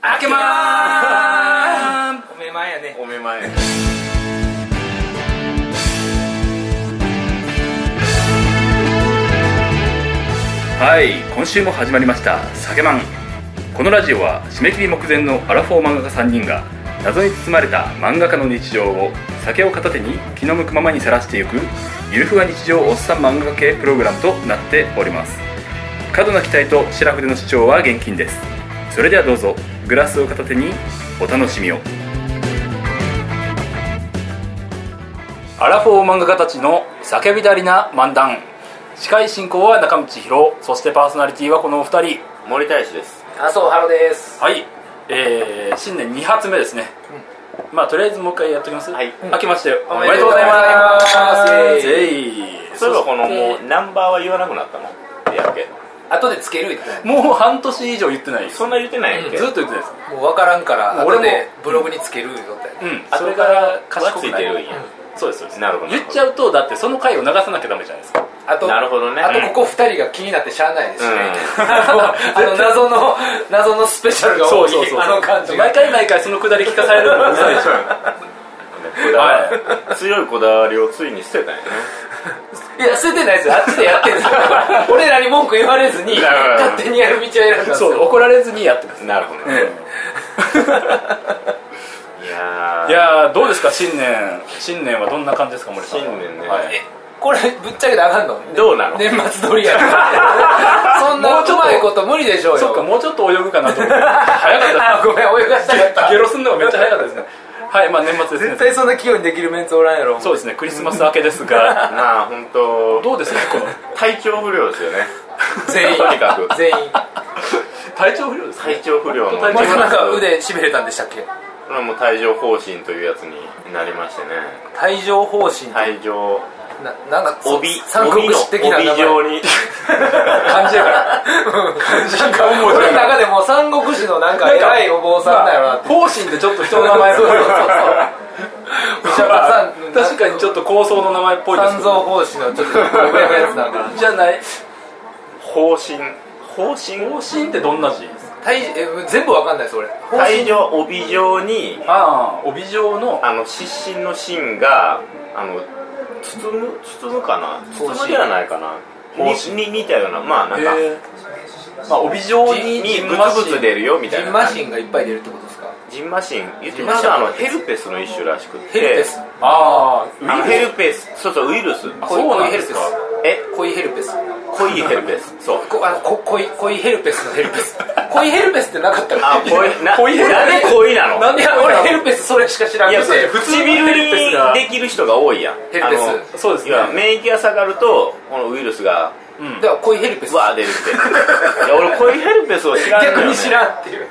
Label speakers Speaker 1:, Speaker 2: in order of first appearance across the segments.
Speaker 1: あけまー
Speaker 2: おめまやね
Speaker 3: おめまえ
Speaker 1: はい今週も始まりました「酒マン」このラジオは締め切り目前のアラフォー漫画家3人が謎に包まれた漫画家の日常を酒を片手に気の向くままにさらしていくゆるふわ日常おっさん漫画家系プログラムとなっております過度な期待と白筆の主張は厳禁ですそれではどうぞグラスを片手にお楽しみをアラフォー漫画家たちの叫びだりな漫談司会進行は中道博そしてパーソナリティはこのお二人
Speaker 3: 森大志です
Speaker 2: 麻生ハロです
Speaker 1: はい、えー、新年2発目ですね、まあとりあえずもう一回やっときます、
Speaker 3: はい
Speaker 1: 明けましてお
Speaker 2: お
Speaker 1: め
Speaker 2: め
Speaker 1: で
Speaker 2: でと
Speaker 1: とう
Speaker 2: うご
Speaker 1: ござ
Speaker 2: ざ
Speaker 1: い
Speaker 2: い
Speaker 1: ま
Speaker 2: ますす
Speaker 1: ぜい
Speaker 3: そういえばこのもうナンバーは言わなくなったのやっけ
Speaker 2: 後でつける言ってない
Speaker 1: もう半年以上言ってないです
Speaker 3: そんな言ってないやっけ
Speaker 1: ずっと言ってないです
Speaker 2: もう分からんから後
Speaker 1: 俺も
Speaker 2: でブログにつける言うとったよ
Speaker 1: うん
Speaker 3: 後
Speaker 1: それが賢
Speaker 3: つ
Speaker 1: く
Speaker 3: い
Speaker 1: な
Speaker 3: て
Speaker 1: い
Speaker 3: るんや
Speaker 1: そうですそうです
Speaker 3: なるほど
Speaker 1: 言っちゃうとだってその回を流さなきゃダメじゃないですか
Speaker 2: あと
Speaker 3: なるほどね
Speaker 2: あとここ2人が気になってしゃあないですね、
Speaker 3: う
Speaker 2: あの謎の謎のスペシャルが多いあの感じが
Speaker 1: 毎回毎回そのくだり聞かされるのもうざいでしょ
Speaker 3: こだわり強いこだわりをついに捨てたんやね
Speaker 2: いや捨ててないですよあっちでやってるん ですよ俺らに文句言われずに
Speaker 3: なるほど
Speaker 2: 勝手にやる道を選んだんです
Speaker 1: そう
Speaker 2: よ
Speaker 1: 怒られずにやってます、
Speaker 3: なるほどねいや
Speaker 1: い
Speaker 3: ー
Speaker 1: やーどうですか新年新年はどんな感じですか森さんは
Speaker 3: 新年ね
Speaker 1: はい
Speaker 2: えこれぶっちゃけてあかんの
Speaker 3: どうなの
Speaker 2: 年末通りやからそんな
Speaker 1: もうちょ
Speaker 2: う
Speaker 1: っと
Speaker 2: まいこと無理でしょうよ
Speaker 1: そっかもうちょっと泳ぐかなと思って早かったですね
Speaker 2: あごめん泳がしたかった
Speaker 1: ゲロすんのがめっちゃ早かった ですねはいまあ年末ですね
Speaker 2: 絶対そんな器用にできるメンツおらんやろ
Speaker 1: そうですねクリスマス明けです が
Speaker 3: まあ本当
Speaker 1: どうですかこの
Speaker 3: 体調不良ですよね
Speaker 2: 全員
Speaker 3: とにかく
Speaker 2: 全員
Speaker 1: 体調不良ですか
Speaker 3: 体調不良の
Speaker 1: 本当
Speaker 2: ま
Speaker 1: 体
Speaker 2: さ
Speaker 1: 調
Speaker 2: なんか腕しびれたんでしたっけ
Speaker 3: もう帯状疱疹というやつになりましてね
Speaker 2: 帯状疱疹
Speaker 3: 帯状
Speaker 2: ななんかそう
Speaker 3: 帯
Speaker 2: 三国志的な名
Speaker 3: 帯
Speaker 2: 前
Speaker 3: 状に
Speaker 1: 感じやから
Speaker 2: 感
Speaker 1: じが思うじゃん
Speaker 2: 俺の中でも三国志のなんか偉いお坊さんだよなって
Speaker 1: 方針ってちょっと人の名前っぽ い
Speaker 2: そうそうそうそうお釈迦さん
Speaker 1: 確かにちょっと高層の名前っぽいです
Speaker 2: 三
Speaker 1: けど
Speaker 2: 蔵法師のちょっとごめんやつなんかな
Speaker 1: じゃない
Speaker 3: 方針方針
Speaker 1: 方針ってどんな字ですか
Speaker 2: 体え全部わかんないです俺方
Speaker 3: 帯状帯状に
Speaker 1: ああ帯状の
Speaker 3: あの失神の神があの包む包むかな
Speaker 2: 包
Speaker 3: 包
Speaker 2: む
Speaker 3: むではないかな
Speaker 1: 包
Speaker 3: にに似たようなまあなんか
Speaker 1: えーまあ帯状に
Speaker 3: にブツブツ出るよみたい
Speaker 2: ジン
Speaker 3: な
Speaker 2: マシンがいっぱい出るってことですか
Speaker 3: ジンマシン言って
Speaker 2: ジン
Speaker 3: ま
Speaker 2: マシン
Speaker 3: したあのヘルペスの一種らしくて
Speaker 2: ヘルペス
Speaker 1: ああ
Speaker 3: あのヘルペスそうそうウイルス
Speaker 1: そう
Speaker 2: 恋
Speaker 1: な
Speaker 2: 恋
Speaker 1: ん
Speaker 2: ヘ
Speaker 1: で
Speaker 2: ル
Speaker 1: す
Speaker 2: ペ
Speaker 1: か
Speaker 2: ス
Speaker 3: え
Speaker 2: 恋ヘルペス
Speaker 3: 濃いヘルペスそう
Speaker 2: こあのこ恋恋ヘルペスのヘルペ ス恋ヘルペスってなかった
Speaker 3: あ
Speaker 2: っけ
Speaker 3: 濃いな
Speaker 1: 濃いヘルペス
Speaker 3: なんで濃いなの
Speaker 2: なんで俺ヘルペスそれしか知らん
Speaker 3: い
Speaker 2: く
Speaker 3: や
Speaker 2: て
Speaker 3: 普通唇にできる人が多いやん
Speaker 2: ヘルペス
Speaker 3: あの
Speaker 1: そうですね
Speaker 3: いや免疫が下がるとこのウイルスが
Speaker 1: うん
Speaker 2: では恋ヘルペス
Speaker 3: わー出るっていや俺恋ヘルペスを知らんのよ、ね、
Speaker 2: 逆に知らんっていう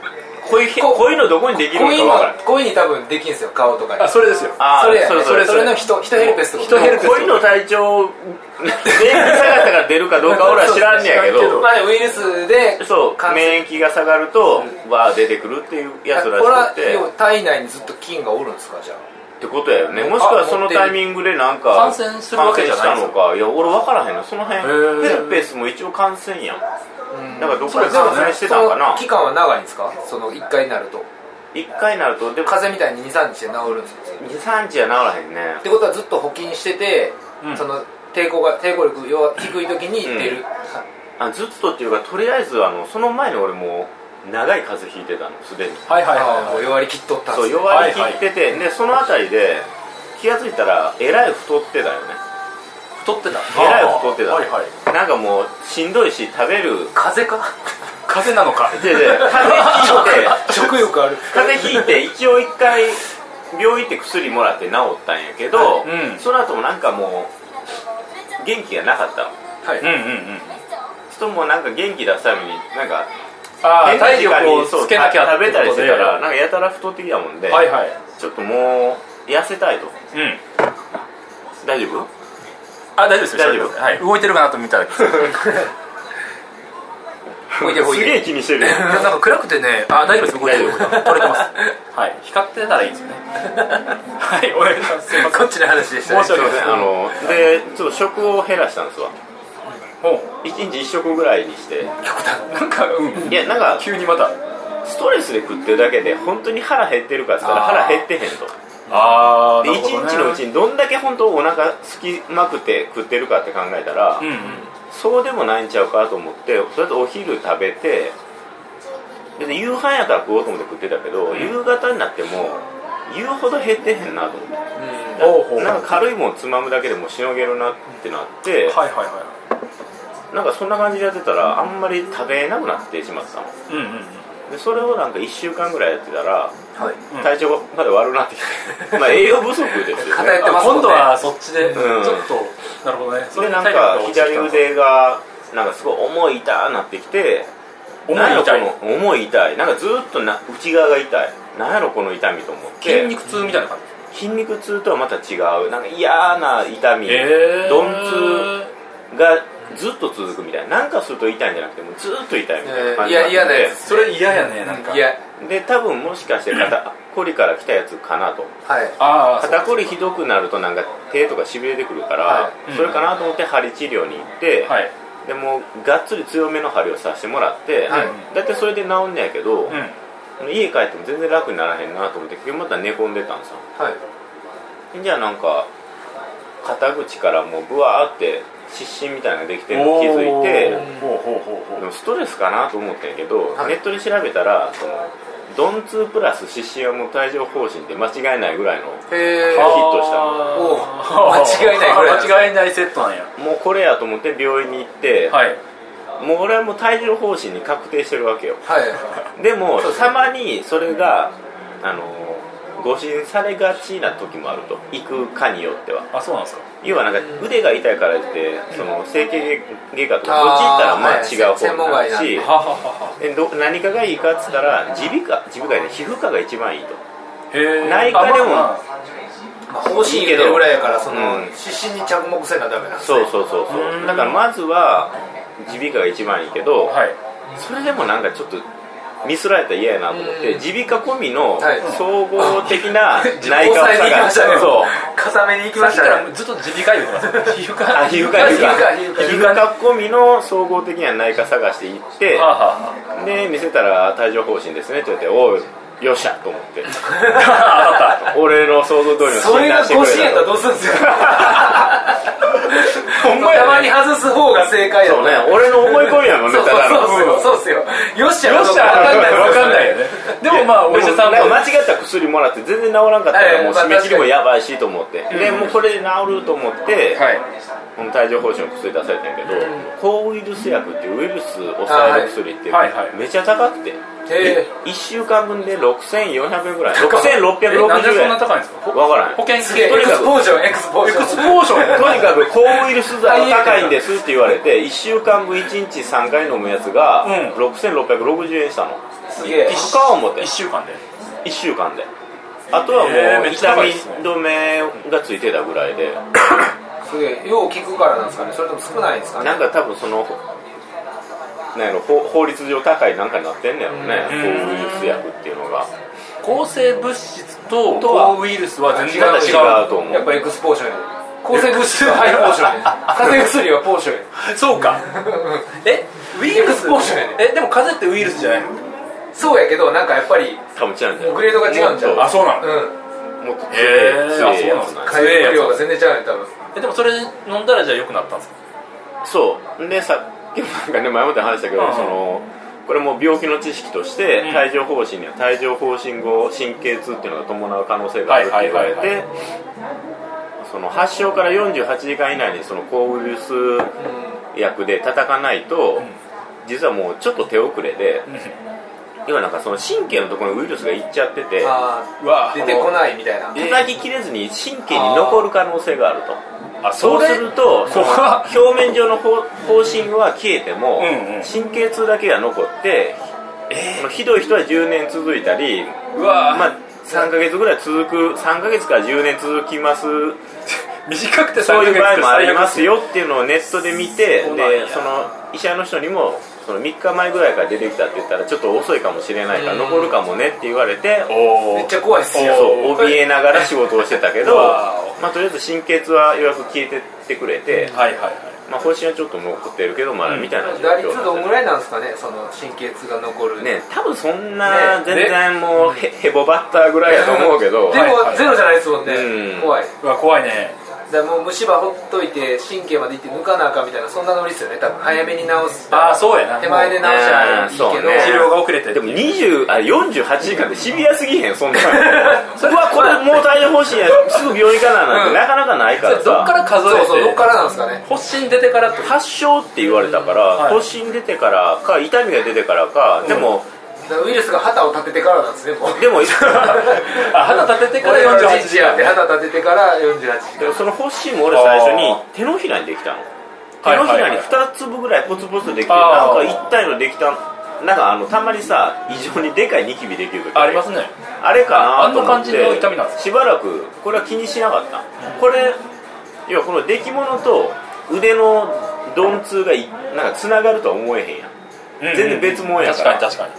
Speaker 3: 恋ヘ恋のどこにできるの
Speaker 2: 恋
Speaker 3: か
Speaker 2: に
Speaker 3: わからん
Speaker 2: 恋に多分できんすよ顔とかに
Speaker 1: あそれですよ
Speaker 3: あー
Speaker 2: それやね
Speaker 3: そ
Speaker 2: そ
Speaker 3: れ
Speaker 2: れ
Speaker 3: そ
Speaker 2: そ
Speaker 3: れ
Speaker 2: れの人人ヘルペスってこと
Speaker 1: 人ヘルペス
Speaker 3: 恋の体調免疫下がったから出るかどうか俺は知らんねやけ
Speaker 1: そうそう知らんけ
Speaker 2: まあ
Speaker 1: ど
Speaker 3: ど
Speaker 2: ウイルスで
Speaker 3: そう
Speaker 2: 感染
Speaker 3: 免疫が下がるとわー出てくるっていうやつら
Speaker 2: これは
Speaker 3: しくて
Speaker 2: 要は
Speaker 3: っ
Speaker 2: 体内にずっと菌がおるんですかじゃ
Speaker 3: てことやよねもしくはそのタイミングでなんか
Speaker 1: 感染するわけじゃない
Speaker 3: 感染したのかいや俺分からへんのその辺
Speaker 1: ー
Speaker 3: ヘルペスも一応感染やん
Speaker 2: あ、うん
Speaker 3: だからどっ
Speaker 2: そ
Speaker 3: か
Speaker 2: れ
Speaker 3: で感染してたんか
Speaker 2: そ
Speaker 3: な
Speaker 2: の期間は長いんですかその1回になると
Speaker 3: 一回になるとでも
Speaker 2: 風邪みたいに23日で治るんですよ
Speaker 3: 23日は治らへんね
Speaker 2: ってことはずっと補菌してて、
Speaker 1: うん
Speaker 2: その抵抗が抵抗力要は低い時に出る、
Speaker 3: うんあずっとっていうかとりあえずあのその前に俺もう長い風邪ひいてたのすでに
Speaker 1: はいはいはい
Speaker 2: ああ
Speaker 1: はい
Speaker 2: もう弱り切っとったん
Speaker 3: そ
Speaker 2: で
Speaker 3: う
Speaker 2: すね
Speaker 3: 弱り切ってて、でそのあたりで気が付いたらえらい太ってたよね
Speaker 2: 太ってた
Speaker 3: えらい太ってた
Speaker 1: はいはい
Speaker 3: なんかもうしんどいし食べる
Speaker 2: 風邪か
Speaker 1: 風邪なのか
Speaker 3: でで風邪ひいて
Speaker 2: 食欲ある
Speaker 3: 風邪ひいて一応一回病院行って薬もらって治ったんやけど、
Speaker 1: うん
Speaker 3: その後もなんかもう元気がなかったの
Speaker 2: はい、
Speaker 1: うんうんうん
Speaker 3: 人もなんか元気出すためになんか
Speaker 1: ああ
Speaker 3: 変な
Speaker 1: 体
Speaker 3: 時間
Speaker 1: 力を
Speaker 3: にそう
Speaker 1: つけなきゃ
Speaker 3: 食べたりしてたら
Speaker 1: っ
Speaker 3: なんかやたら太ってきたもんで、
Speaker 1: てことではいはい
Speaker 3: ちょっともう痩せたいと
Speaker 1: うん
Speaker 3: 大丈夫
Speaker 1: あ大丈夫ですよ
Speaker 3: 大丈夫
Speaker 1: はい動いてるかなと見たら
Speaker 2: ほいでほい
Speaker 3: す
Speaker 2: で
Speaker 3: げえ気にしてる
Speaker 1: いやなんか暗くてねあ大丈夫です動いてる動いてる撮れてますはい光ってたらいいですよねはいお願いしますすいません
Speaker 2: こっちの話でした
Speaker 1: 申
Speaker 2: ね
Speaker 1: し訳な
Speaker 3: そう
Speaker 1: い
Speaker 3: ですねあのでちょっと食を減らしたんですわ
Speaker 1: ほう
Speaker 3: 1日1食ぐらいにして
Speaker 1: 極端なんかうん
Speaker 3: いやなんか
Speaker 1: 急にまた
Speaker 3: ストレスで食ってるだけで本当に腹減ってるかっつったら
Speaker 1: あー
Speaker 3: 腹減ってへんと
Speaker 1: あ
Speaker 3: で1日のうちにどんだけ本当お腹すきまくって食ってるかって考えたら、
Speaker 4: うんうん
Speaker 3: そうでもないんちゃうかと思ってとりあえずお昼食べてで夕飯やから食おうと思って食ってたけど、夕方になっても言うほど減ってへんなと思って
Speaker 1: ほうほう
Speaker 3: なんか軽いもんつまむだけでもうしのげるなってなって、
Speaker 1: はいはいはい
Speaker 3: なんかそんな感じでやってたらあんまり食べなくなってしまったの
Speaker 4: うんうんうん
Speaker 3: でそれをなんか1週間ぐらいやってたら
Speaker 1: はい
Speaker 4: うん
Speaker 3: 体調まで悪くなってきて まあ栄養不足ですよ
Speaker 1: 偏っ
Speaker 3: ね
Speaker 1: てますもん
Speaker 2: 今
Speaker 1: ね
Speaker 2: 度はそっちで、
Speaker 3: うん
Speaker 2: ちょっとなるほどね
Speaker 3: で
Speaker 2: で
Speaker 3: なんか左腕がなんかすごい重い痛なってきて
Speaker 4: 重い
Speaker 3: なんやろ
Speaker 4: 痛い
Speaker 3: この重い痛いなんかずっとな内側が痛いなんやろこの痛みと思って
Speaker 1: 筋肉痛みたいな感
Speaker 3: 筋肉痛とはまた違うなんか嫌な痛み、
Speaker 1: じえ
Speaker 3: 鈍痛がずっと続くみたいななんかすると痛いんじゃなくてもうずっと痛いみたいな感じになっ
Speaker 1: えーいや
Speaker 3: てて
Speaker 1: 嫌なやつ
Speaker 4: それ嫌やねなんか
Speaker 1: いや
Speaker 3: で多分もしかして肩こりから来たやつかなと
Speaker 2: はい
Speaker 4: ああ
Speaker 3: 肩こりひどくなるとなんか手とかしびれてくるから、
Speaker 2: は
Speaker 4: うん
Speaker 3: それかなと思って針治療に行って、
Speaker 4: はい
Speaker 3: でもうがっつり強めの針を刺してもらって、
Speaker 2: はい
Speaker 3: だってそれで治んねやけど、
Speaker 4: うん
Speaker 3: 家帰っても全然楽にならへんなと思って結局また寝込んでたんですよ
Speaker 2: はい
Speaker 3: じゃあなんか肩口からもうブワーって湿疹みたいなのができてるの
Speaker 4: おー
Speaker 3: 気づいて
Speaker 4: ほうほうほうほう
Speaker 3: でもストレスかなと思ったんやけど、
Speaker 2: はい
Speaker 3: ネットで調べたらその鈍痛プラス湿疹はもう帯状疱疹で間違いないぐらいの
Speaker 1: へえ
Speaker 3: ヒットした
Speaker 1: おう間違いないぐらいなんですね
Speaker 4: 間違いないセットなんや
Speaker 3: もうこれやと思って病院に行って、
Speaker 4: はい
Speaker 3: もう俺はもう帯状疱疹に確定してるわけよ
Speaker 2: はい
Speaker 3: でもたまにそれがあの誤診されがちな時もあると行くかによっては
Speaker 4: あそうなんですか
Speaker 3: 要はなんか腕が痛いからってその整形外科とかそっち行ったらまあ
Speaker 2: あー
Speaker 3: 違う方になる
Speaker 2: はい専
Speaker 3: し
Speaker 4: はははは
Speaker 3: でど何かがいいかっつったら耳鼻科耳鼻科やね皮膚科が一番いいと
Speaker 4: へえ
Speaker 3: 内科でも
Speaker 2: まあ、方針入れるぐらいやからその
Speaker 3: うん
Speaker 2: 湿疹に着目せなダメなんですね
Speaker 3: そうそうそう
Speaker 4: う
Speaker 3: そ
Speaker 4: ん
Speaker 3: うだからまずは耳鼻科が一番いいけど、
Speaker 4: はい
Speaker 3: それでもなんかちょっとミスられたら嫌やなと思って
Speaker 2: うん
Speaker 3: 耳鼻科込みの
Speaker 2: はい
Speaker 3: 総合的な
Speaker 2: 自己
Speaker 3: 内科を
Speaker 2: 抑えに行きまし
Speaker 3: 探して
Speaker 2: たね
Speaker 3: そう
Speaker 2: 固めに行
Speaker 4: さ
Speaker 2: きま
Speaker 4: っき
Speaker 2: した
Speaker 4: か
Speaker 2: ね
Speaker 4: らずっと耳鼻科言うてます皮膚科
Speaker 3: あ皮膚科皮膚科
Speaker 2: 皮膚科
Speaker 3: 皮膚科込みの総合的な内科探して行って
Speaker 4: はあは
Speaker 3: で見せたら帯状疱疹ですねって言っておうよっしゃと思って
Speaker 4: あ当たっ
Speaker 3: 俺の想像通りの
Speaker 1: それ
Speaker 3: 診
Speaker 1: が
Speaker 3: 断して
Speaker 1: 5
Speaker 3: くれ
Speaker 1: 支援
Speaker 3: た
Speaker 1: だらどうするんですか
Speaker 3: ほんまやね
Speaker 1: たまに外す方が正解だ
Speaker 3: そうね俺の思い込みやもんね
Speaker 1: そう
Speaker 3: ただの
Speaker 1: そうそうそうそうっすよよっしゃ
Speaker 4: よっしゃ
Speaker 1: わかんない
Speaker 4: わかんないよねでもまあお医者さん
Speaker 3: でもな
Speaker 4: も
Speaker 3: か間違った薬もらって全然治らんかった
Speaker 1: は
Speaker 3: ら
Speaker 1: い
Speaker 3: もう
Speaker 1: まあ
Speaker 3: 締め切りもやばいしと思ってでもうこれで治ると思って
Speaker 4: はい
Speaker 3: この帯状疱疹の薬出されたんやけど抗ウイルス薬っていうウイルスを抑える薬って
Speaker 4: はいはいはい
Speaker 3: めちゃ高くて
Speaker 1: へ
Speaker 3: 1週間分で6400円ぐらい
Speaker 4: えなんで
Speaker 3: 6660
Speaker 4: そん
Speaker 3: 円
Speaker 4: な高いんですかほ
Speaker 3: わからん
Speaker 4: 保険
Speaker 1: えすげえエ
Speaker 4: とに
Speaker 1: ク
Speaker 4: か
Speaker 1: スポージョンエクスポージョン
Speaker 4: くスポーションや
Speaker 3: とにかく抗ウイルス剤が高いんですって言われて1週間分1日3回飲むやつが
Speaker 4: う
Speaker 3: 6660円したの
Speaker 1: すげえ
Speaker 3: 一か思って
Speaker 4: 1週間で
Speaker 3: 1週間であとはも
Speaker 4: えー
Speaker 3: う
Speaker 4: めっちゃ
Speaker 3: 痛
Speaker 4: 高いっ
Speaker 3: み
Speaker 4: すね
Speaker 3: 止めがついてたぐらいです
Speaker 1: げえよう聞くからなんですかねそれとも少ないんですかね
Speaker 3: なんか多分そのなんやろ法法律上高いなんかになってんねやろね
Speaker 4: うん
Speaker 3: 抗ウイルス薬っていうのが
Speaker 4: 抗生物質と
Speaker 3: とは
Speaker 4: 抗ウイルスは全然
Speaker 3: また
Speaker 4: 違
Speaker 3: 違う
Speaker 4: う
Speaker 3: と思
Speaker 1: やっ
Speaker 3: う
Speaker 1: ぱエクスポーションや抗生物質はハイポーションや風邪薬はポーションや
Speaker 4: そうかえウイルス
Speaker 1: エクスポーションや
Speaker 4: えでも風邪ってウイルスじゃないの
Speaker 1: そうやけどなんかやっぱり
Speaker 3: 多分違うんじゃない
Speaker 1: グレードが違うんちゃう
Speaker 4: あそうな
Speaker 1: う
Speaker 4: の
Speaker 1: ん
Speaker 3: もっと強い
Speaker 4: へー
Speaker 3: 強い
Speaker 4: あ
Speaker 3: や
Speaker 4: そ
Speaker 3: つ
Speaker 4: うなです
Speaker 3: なんんや
Speaker 4: か
Speaker 1: 回復量が全然違うね多分
Speaker 4: えでもそれ飲んだらじゃあ良くなったんですか
Speaker 3: そうでさっきもなんかね前もって話したけど、
Speaker 4: うん
Speaker 3: そのこれも病気の知識として、
Speaker 4: うん
Speaker 3: 帯状疱疹には帯状疱疹後神経痛っていうのが伴う可能性があるって言われて、
Speaker 4: はいはいはい
Speaker 3: その発症から48時間以内にその抗ウイルス薬で叩かないと、実はもうちょっと手遅れで、要はなんかその神経のところにウイルスがいっちゃってて
Speaker 1: あ
Speaker 4: うわ
Speaker 1: ー出てこないみたいな
Speaker 3: 叩ききれずに神経に残る可能性があると。
Speaker 4: あそ
Speaker 3: そ
Speaker 4: うれ
Speaker 3: するとその
Speaker 4: 怖
Speaker 3: 表面上の方方針は消えても、
Speaker 4: うんうん
Speaker 3: 神経痛だけが残って、そのひどい人は10年続いたり、
Speaker 4: うわ
Speaker 3: まあ、3ヶ月ぐらい続く3ヶ月から10年続きます
Speaker 4: 短くて
Speaker 3: そういう場合もあり
Speaker 4: 最悪
Speaker 3: ま
Speaker 4: っ
Speaker 3: すよっていうのをネットで見て
Speaker 4: そうなんや
Speaker 3: でその医者の人にもその3日前ぐらいから出てきたって言ったらちょっと遅いかもしれないから残るかもねって言われて
Speaker 4: おお
Speaker 1: めっちゃ怖いっす
Speaker 4: お
Speaker 1: よ
Speaker 3: そう怯えながら仕事をしてたけど
Speaker 4: わ、
Speaker 3: まあ、とりあえず神経痛はようやく消えてってくれて。
Speaker 4: はいはいはい
Speaker 3: まあ、方針はちょっと残ってるけどまだみたいな状況
Speaker 2: 打率どんぐ
Speaker 3: い
Speaker 2: らいなんですかね、その神経痛が残る。
Speaker 3: ね多分そんな
Speaker 2: ね
Speaker 3: 全然もうへへぼバッターぐらいやと思うけど
Speaker 2: で
Speaker 1: はいは
Speaker 2: も
Speaker 1: い
Speaker 2: ゼロじゃないですもんね
Speaker 3: う。ん
Speaker 2: 怖い。
Speaker 1: うわ怖いね
Speaker 2: だからもう虫歯ほっといて神経までいって抜かなあかんみたいなそんなノリですよね多分早めに治す
Speaker 1: あーそうやな
Speaker 2: 手前で治しゃいいけど、
Speaker 3: うんそうね
Speaker 1: 治療が遅れて
Speaker 3: でも20あ48時間でシビアすぎへんそんなそれはこれもう帯状疱疹やすぐ病院行かななんてなかなかないからさ
Speaker 1: どっから数え
Speaker 2: そう
Speaker 1: て
Speaker 2: そうどっからなんですかね
Speaker 1: 発疹出てからって
Speaker 3: 発症って言われたから、
Speaker 1: はい
Speaker 3: 発疹出てからか痛みが出てからか、でも
Speaker 2: だからウイルスが旗を立ててからなんですねもう
Speaker 3: でも
Speaker 1: あ肌立ててから
Speaker 2: 俺
Speaker 1: 48
Speaker 2: 48
Speaker 1: 時
Speaker 2: 時や
Speaker 1: や
Speaker 2: って旗立ててから48時
Speaker 3: でもその発疹も俺最初に
Speaker 1: あー
Speaker 3: 手のひらにできたの
Speaker 1: はい
Speaker 3: 手の
Speaker 1: はい
Speaker 3: ひ
Speaker 1: は
Speaker 3: ら
Speaker 1: い
Speaker 3: に2粒ぐらいポツポツできて
Speaker 1: あ
Speaker 3: な
Speaker 1: ー
Speaker 3: んか一体のできたなんかあのたまにさ異常にでかいニキビできる時
Speaker 1: ありますね
Speaker 3: あれかなと思
Speaker 1: あんな
Speaker 3: っ
Speaker 1: 感じの
Speaker 3: て
Speaker 1: 痛みなんですか
Speaker 3: しばらくこれは気にしなかったこれ要はこの出来物と腕の鈍痛がいなんかつながるとは思えへんやん全然別物やから
Speaker 1: 確かに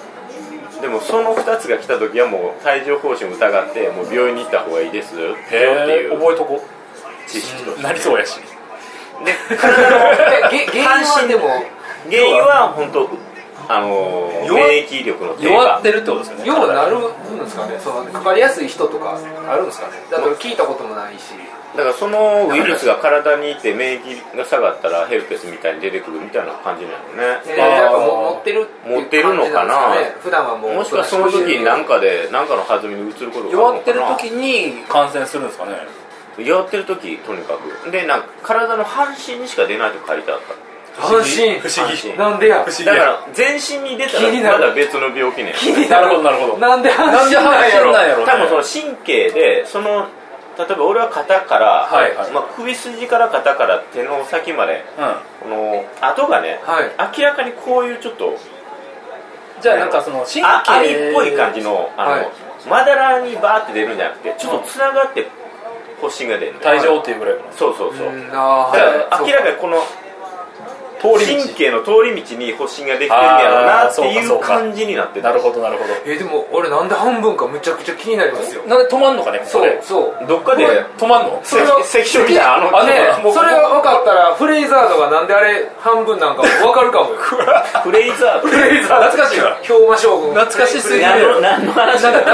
Speaker 1: 確
Speaker 3: でもその2つが来た時はもう帯状疱疹を疑ってもう病院に行った方がいいですよって
Speaker 1: かにへ
Speaker 3: い
Speaker 1: え
Speaker 3: う
Speaker 1: 覚えとこ
Speaker 3: 知識と
Speaker 1: うなりそうやし
Speaker 3: で体の
Speaker 2: でげ原因はでも
Speaker 3: 原因は本当あのー
Speaker 1: 弱っ
Speaker 3: 免疫力の低
Speaker 1: 弱
Speaker 3: 下
Speaker 1: ってるってことですよね
Speaker 2: ようなるんですかねそのかかりやすい人とかあるんですかねだから聞いたこともないし
Speaker 3: だからそのウイルスが体にいて免疫が下がったらヘルペスみたいに出てくるみたいな感じなの
Speaker 2: え
Speaker 3: ね
Speaker 2: ーやっぱも持ってるっていう
Speaker 3: 持ってるのかな
Speaker 2: 感じんですね普段はもう
Speaker 3: もしくはその時に何かで何かの弾みに移ることがあ
Speaker 1: 弱
Speaker 3: るの
Speaker 1: って
Speaker 3: か
Speaker 1: る
Speaker 3: な
Speaker 1: 時に感染するんですかね
Speaker 3: 弱ってる時とにかくでなんか体の半身にしか出ないと書いてあった
Speaker 2: 安心
Speaker 1: 不思議
Speaker 3: 不思議
Speaker 2: なんでや
Speaker 1: 不思議
Speaker 3: だから全身に出た
Speaker 2: 気にな
Speaker 3: ら
Speaker 2: る
Speaker 3: まだ別の病気ね
Speaker 2: 気に
Speaker 1: なるほどなるほど
Speaker 2: なんで安
Speaker 1: なんで
Speaker 2: 心なんやろ
Speaker 1: なんやろうね
Speaker 3: 多分その神経でその例えば俺は肩から、
Speaker 1: はいはい
Speaker 3: まあ、首筋から肩から手の先まで
Speaker 1: う
Speaker 3: この跡がね、
Speaker 2: はい
Speaker 3: 明らかにこういうちょっと
Speaker 1: んじゃあなんかその神
Speaker 3: あ
Speaker 1: 経
Speaker 3: 網っぽい感じのあの、
Speaker 2: はい
Speaker 3: まだらにバーって出るんじゃなくてちょっとつながって発疹が出るんだよ
Speaker 1: 帯状っていうぐらいかな
Speaker 3: そうそうそう、
Speaker 2: うんあー
Speaker 3: だ
Speaker 2: はい
Speaker 3: から明らかにこの
Speaker 1: 通り道
Speaker 3: 神経の通り道に発疹ができてるんやろうなって
Speaker 1: あー
Speaker 3: い
Speaker 1: そう
Speaker 3: う
Speaker 1: かそうか
Speaker 3: 感じになってた
Speaker 1: なるほどなるほど
Speaker 2: えーでも俺なんで半分かむちゃくちゃ気になりますよ
Speaker 1: なんで止まんのかねこ
Speaker 2: そ
Speaker 1: れ
Speaker 2: うそう
Speaker 3: どっかで
Speaker 1: 止まんの
Speaker 2: それは
Speaker 3: 関所みたいなあの
Speaker 1: あ
Speaker 2: ね
Speaker 1: ねもう
Speaker 2: それが分かったらフレイザードがなんであれ半分なんか分かるかもよ
Speaker 3: フレイザード
Speaker 2: フレイザード
Speaker 1: 懐かしいわ
Speaker 2: 氷馬将軍
Speaker 1: 懐かしすぎる
Speaker 2: フレイザー
Speaker 3: 何の何の話
Speaker 1: なん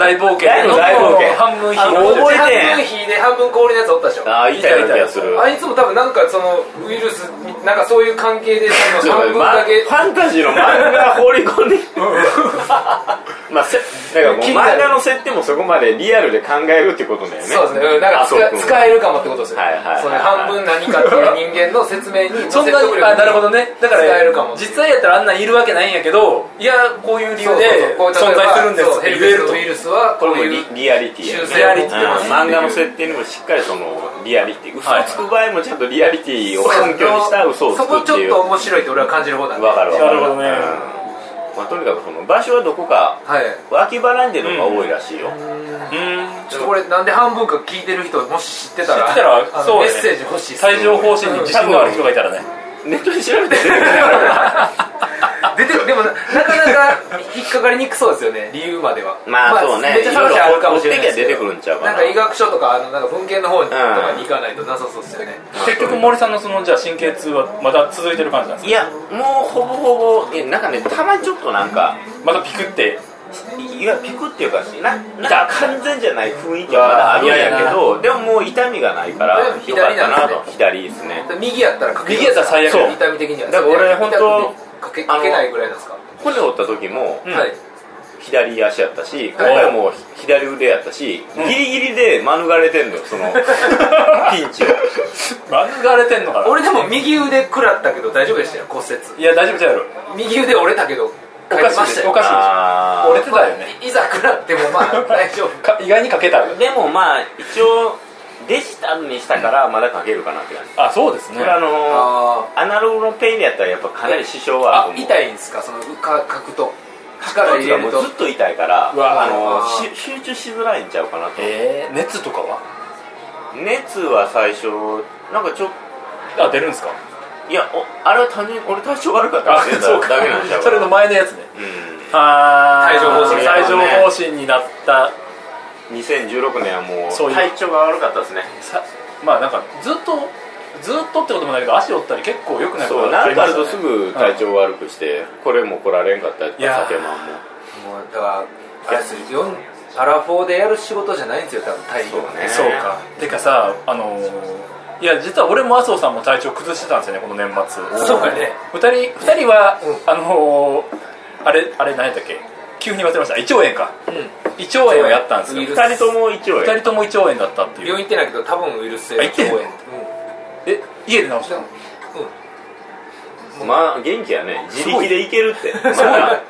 Speaker 1: か大の大冒険
Speaker 3: 大の大冒険
Speaker 1: 半分引
Speaker 3: あ
Speaker 2: ド
Speaker 3: 覚えてん
Speaker 2: 半分火で半分氷のやつおったでしょ
Speaker 3: ああ痛いような気がする
Speaker 2: あいつも多分なんかそのウイルスなんかそういう関係でその半分
Speaker 3: ま
Speaker 2: だけ
Speaker 3: ファンタジーの漫画放り込んで まあせなんかもう漫画の設定もそこまでリアルで考えるってことだよね
Speaker 2: そうですねうんなんか
Speaker 3: あそう
Speaker 2: 使使えるかもってことですよね
Speaker 3: はいはいはいはい
Speaker 2: その半分何かっていう人間の説明に
Speaker 1: そんな
Speaker 2: 説得力
Speaker 1: あなるほどねだから
Speaker 2: 使えるかも
Speaker 1: 実際やったらあんなんいるわけないんやけどいやこういう理由で
Speaker 2: そう
Speaker 1: 存
Speaker 2: そうそうこういう例えば
Speaker 1: 在するんです
Speaker 2: そう
Speaker 1: って
Speaker 2: ヘル
Speaker 1: 言え
Speaker 2: ペ
Speaker 1: る
Speaker 2: ス
Speaker 1: と
Speaker 2: ウイルスはこ
Speaker 3: これ
Speaker 2: う
Speaker 3: も
Speaker 2: いう
Speaker 3: リリアリティやね
Speaker 2: 修正
Speaker 1: ありって
Speaker 3: うん
Speaker 1: ます
Speaker 3: 漫画の設定にもしっかりそのリアリティ嘘をつく場合もちゃんとリアリティを根拠にした嘘をつ
Speaker 2: そ
Speaker 3: く
Speaker 2: こ
Speaker 3: って
Speaker 2: ちょっ
Speaker 3: いう
Speaker 2: と
Speaker 3: わ
Speaker 2: 面白いって俺は感じる方だね
Speaker 3: かるわか
Speaker 1: なるほどね
Speaker 3: うんまあとにかくその場所はどこか
Speaker 2: はい
Speaker 3: 脇腹に出るのが多いらしいよ、
Speaker 1: うん
Speaker 2: ちょっとこれなんで半分か聞いてる人もし知ってたら
Speaker 1: 知ってたら
Speaker 2: あの
Speaker 1: そう
Speaker 2: メッ
Speaker 1: ね
Speaker 2: セージ欲しいっす
Speaker 1: 帯状疱疹に自信のある人がいたらね
Speaker 3: ネットで調べて出てくる から
Speaker 2: 出てでもななかなか引っかかりにくそうですよね理由までは
Speaker 3: まあそうね
Speaker 2: めっちゃ探しあるかもしれないですけど
Speaker 3: いろいろ追ってきゃ出てくるんちゃうか
Speaker 2: な
Speaker 3: なん
Speaker 2: か医学書とかあのなんか文献の方にとかに行かないとなさそうですよね、
Speaker 1: 結局森さんのそのじゃあ神経痛はまた続いてる感じなんです
Speaker 3: いやもうほぼほぼいやなんかねたまにちょっとなんか
Speaker 1: かまたピク って
Speaker 3: いいわゆるピクっていうかななんか完全じゃない雰囲気はまだあるんやけどでももう痛みがないから
Speaker 2: でも
Speaker 3: よかったなと
Speaker 2: 左なんですね
Speaker 3: 左ですね
Speaker 2: 右やったらかけ
Speaker 1: 右やったら最悪
Speaker 2: そう痛み的には
Speaker 3: だから俺本当
Speaker 2: かけかけないぐらいなんですか、
Speaker 3: 骨折った時も
Speaker 1: うん
Speaker 2: はい
Speaker 3: 左足やったし今回も左腕やったし
Speaker 1: うん
Speaker 3: ギリギリで免れてんのよその ピンチを
Speaker 1: 免れてんのかな
Speaker 2: 俺でも右腕食らったけど大丈夫でしたよ骨折
Speaker 1: いや大丈夫ちゃうやろ
Speaker 2: 右腕折れたけど
Speaker 1: お
Speaker 2: 書い
Speaker 1: か
Speaker 2: て
Speaker 1: し
Speaker 2: ま
Speaker 1: い
Speaker 2: し
Speaker 1: で
Speaker 2: た
Speaker 1: す
Speaker 2: よ
Speaker 1: おかしいです
Speaker 3: あ
Speaker 1: 折れてたよね
Speaker 2: いざ食らってもまあ大丈夫
Speaker 1: か意外にかけた
Speaker 3: ーでもまあ一応デジタルにしたからまだ書けるかなって感じ
Speaker 1: あそうですね
Speaker 3: これあのー
Speaker 2: あ
Speaker 3: アナログのペインでやったらやっぱかなり支障はあ
Speaker 2: あ
Speaker 3: ると思う
Speaker 2: 痛いんですかそのか書くと力入れる
Speaker 3: もう
Speaker 2: と
Speaker 3: ずっと痛いから
Speaker 1: うわ
Speaker 3: あの
Speaker 2: あー
Speaker 3: し集中しづらいんちゃうかなと
Speaker 1: えー、熱とかは
Speaker 3: 熱は最初なんかちょ
Speaker 1: あ出るんですか
Speaker 3: いやおあれは単純に俺体調悪かった
Speaker 1: あ
Speaker 3: から出た
Speaker 1: そうか
Speaker 3: だけなんちゃう
Speaker 1: それの前のやつね
Speaker 3: う
Speaker 1: あ
Speaker 2: 帯状疱疹
Speaker 1: 帯状疱疹になった
Speaker 3: ん2016年はも
Speaker 1: そう
Speaker 3: う
Speaker 1: いう
Speaker 3: 体調が悪かったですね
Speaker 1: さまあなんかずっとずっとってこともないけど足折ったり結構よくないこと
Speaker 3: そう
Speaker 1: があ
Speaker 3: なん
Speaker 1: り
Speaker 3: か
Speaker 1: ま
Speaker 3: ある
Speaker 1: したね
Speaker 3: とすぐ体調悪くして、これも来られんかったやっ
Speaker 1: いやー
Speaker 3: ぱ酒まんも
Speaker 1: もうだから
Speaker 2: あれですよよんアラフォーでやる仕事じゃないんですよ多分体力
Speaker 3: そうね
Speaker 1: そうかてかさあのーいや実は俺も麻生さんも体調崩してたんですよねこの年末
Speaker 2: そうかね
Speaker 1: 2人二人は、あのーあれあれ何やったっけ急に忘れました胃腸炎か、胃腸炎をやったんですよ
Speaker 2: ウイル
Speaker 1: 2
Speaker 2: ス
Speaker 3: 2人とも一応
Speaker 1: 人とも胃腸炎だったっていう
Speaker 2: 病院行ってないけど多分ウイルス性の
Speaker 1: あ行ってんの
Speaker 2: 腸炎
Speaker 1: え家で治したの
Speaker 3: まあ元気やね自力でいけ るってまだ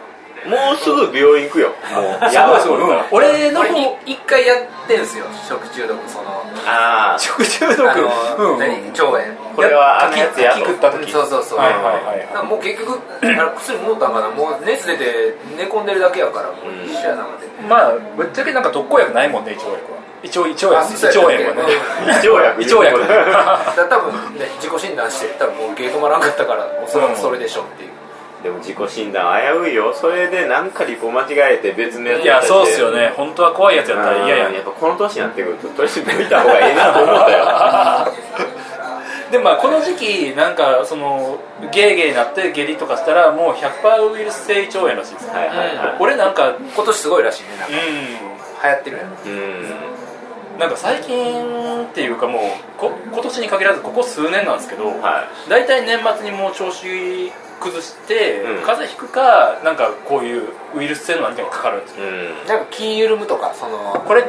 Speaker 3: もうすぐ病院行くよもうやばい
Speaker 1: そうそう俺の
Speaker 2: 俺
Speaker 1: 方
Speaker 2: い一回やってんすよ食中毒その
Speaker 3: ああ
Speaker 1: 食中毒、
Speaker 2: あの何腸炎
Speaker 3: これはあのやつや
Speaker 1: 柿
Speaker 3: と
Speaker 1: 食った
Speaker 2: うん
Speaker 1: 時
Speaker 2: そうそうそう
Speaker 1: はいはいはいはい
Speaker 2: なんかもう結局あれ薬もろたんかなもう熱出て寝込んでるだけやからもう一緒やなので
Speaker 1: まあぶっちゃけなんか特効薬ないもんね胃腸炎は胃腸胃腸炎
Speaker 2: あ
Speaker 1: 胃
Speaker 2: そう
Speaker 1: 腸
Speaker 2: や
Speaker 1: 炎は
Speaker 2: ったっ
Speaker 1: ね
Speaker 2: け
Speaker 3: 一応薬
Speaker 1: 胃腸薬
Speaker 2: だから多分ね自己診断して多分もうゲートまらんかったからおそらくそれでしょっていう
Speaker 3: でも自己診断危ういよそれでなんかリポ間違えて別のや つ
Speaker 1: いやそうっ
Speaker 3: です
Speaker 1: よね本当は怖いやつやったら
Speaker 3: い
Speaker 1: 嫌
Speaker 3: やい
Speaker 1: や
Speaker 3: や
Speaker 1: ね
Speaker 3: やっぱこの年になってくるととりあえず見た方がいいなと思ったよ
Speaker 1: でまあこの時期なんかそのゲーゲーになって下痢とかしたらもう100%ウイルス性胃腸炎らしいです、
Speaker 3: はいはいは
Speaker 1: 俺なんかう
Speaker 2: 今年すごいらしいねなんか
Speaker 1: ん
Speaker 2: 流行ってるやん
Speaker 3: いうん
Speaker 1: なんか最近っていうかもうこ今年に限らずここ数年なんですけど、
Speaker 3: は
Speaker 1: 大体年末にもう調子崩して、
Speaker 3: うん
Speaker 1: 風邪ひくかなんかこういうウイルス性の何かにかかるんです
Speaker 3: い
Speaker 1: よ
Speaker 3: うん
Speaker 2: なんか気緩むとかその
Speaker 1: これ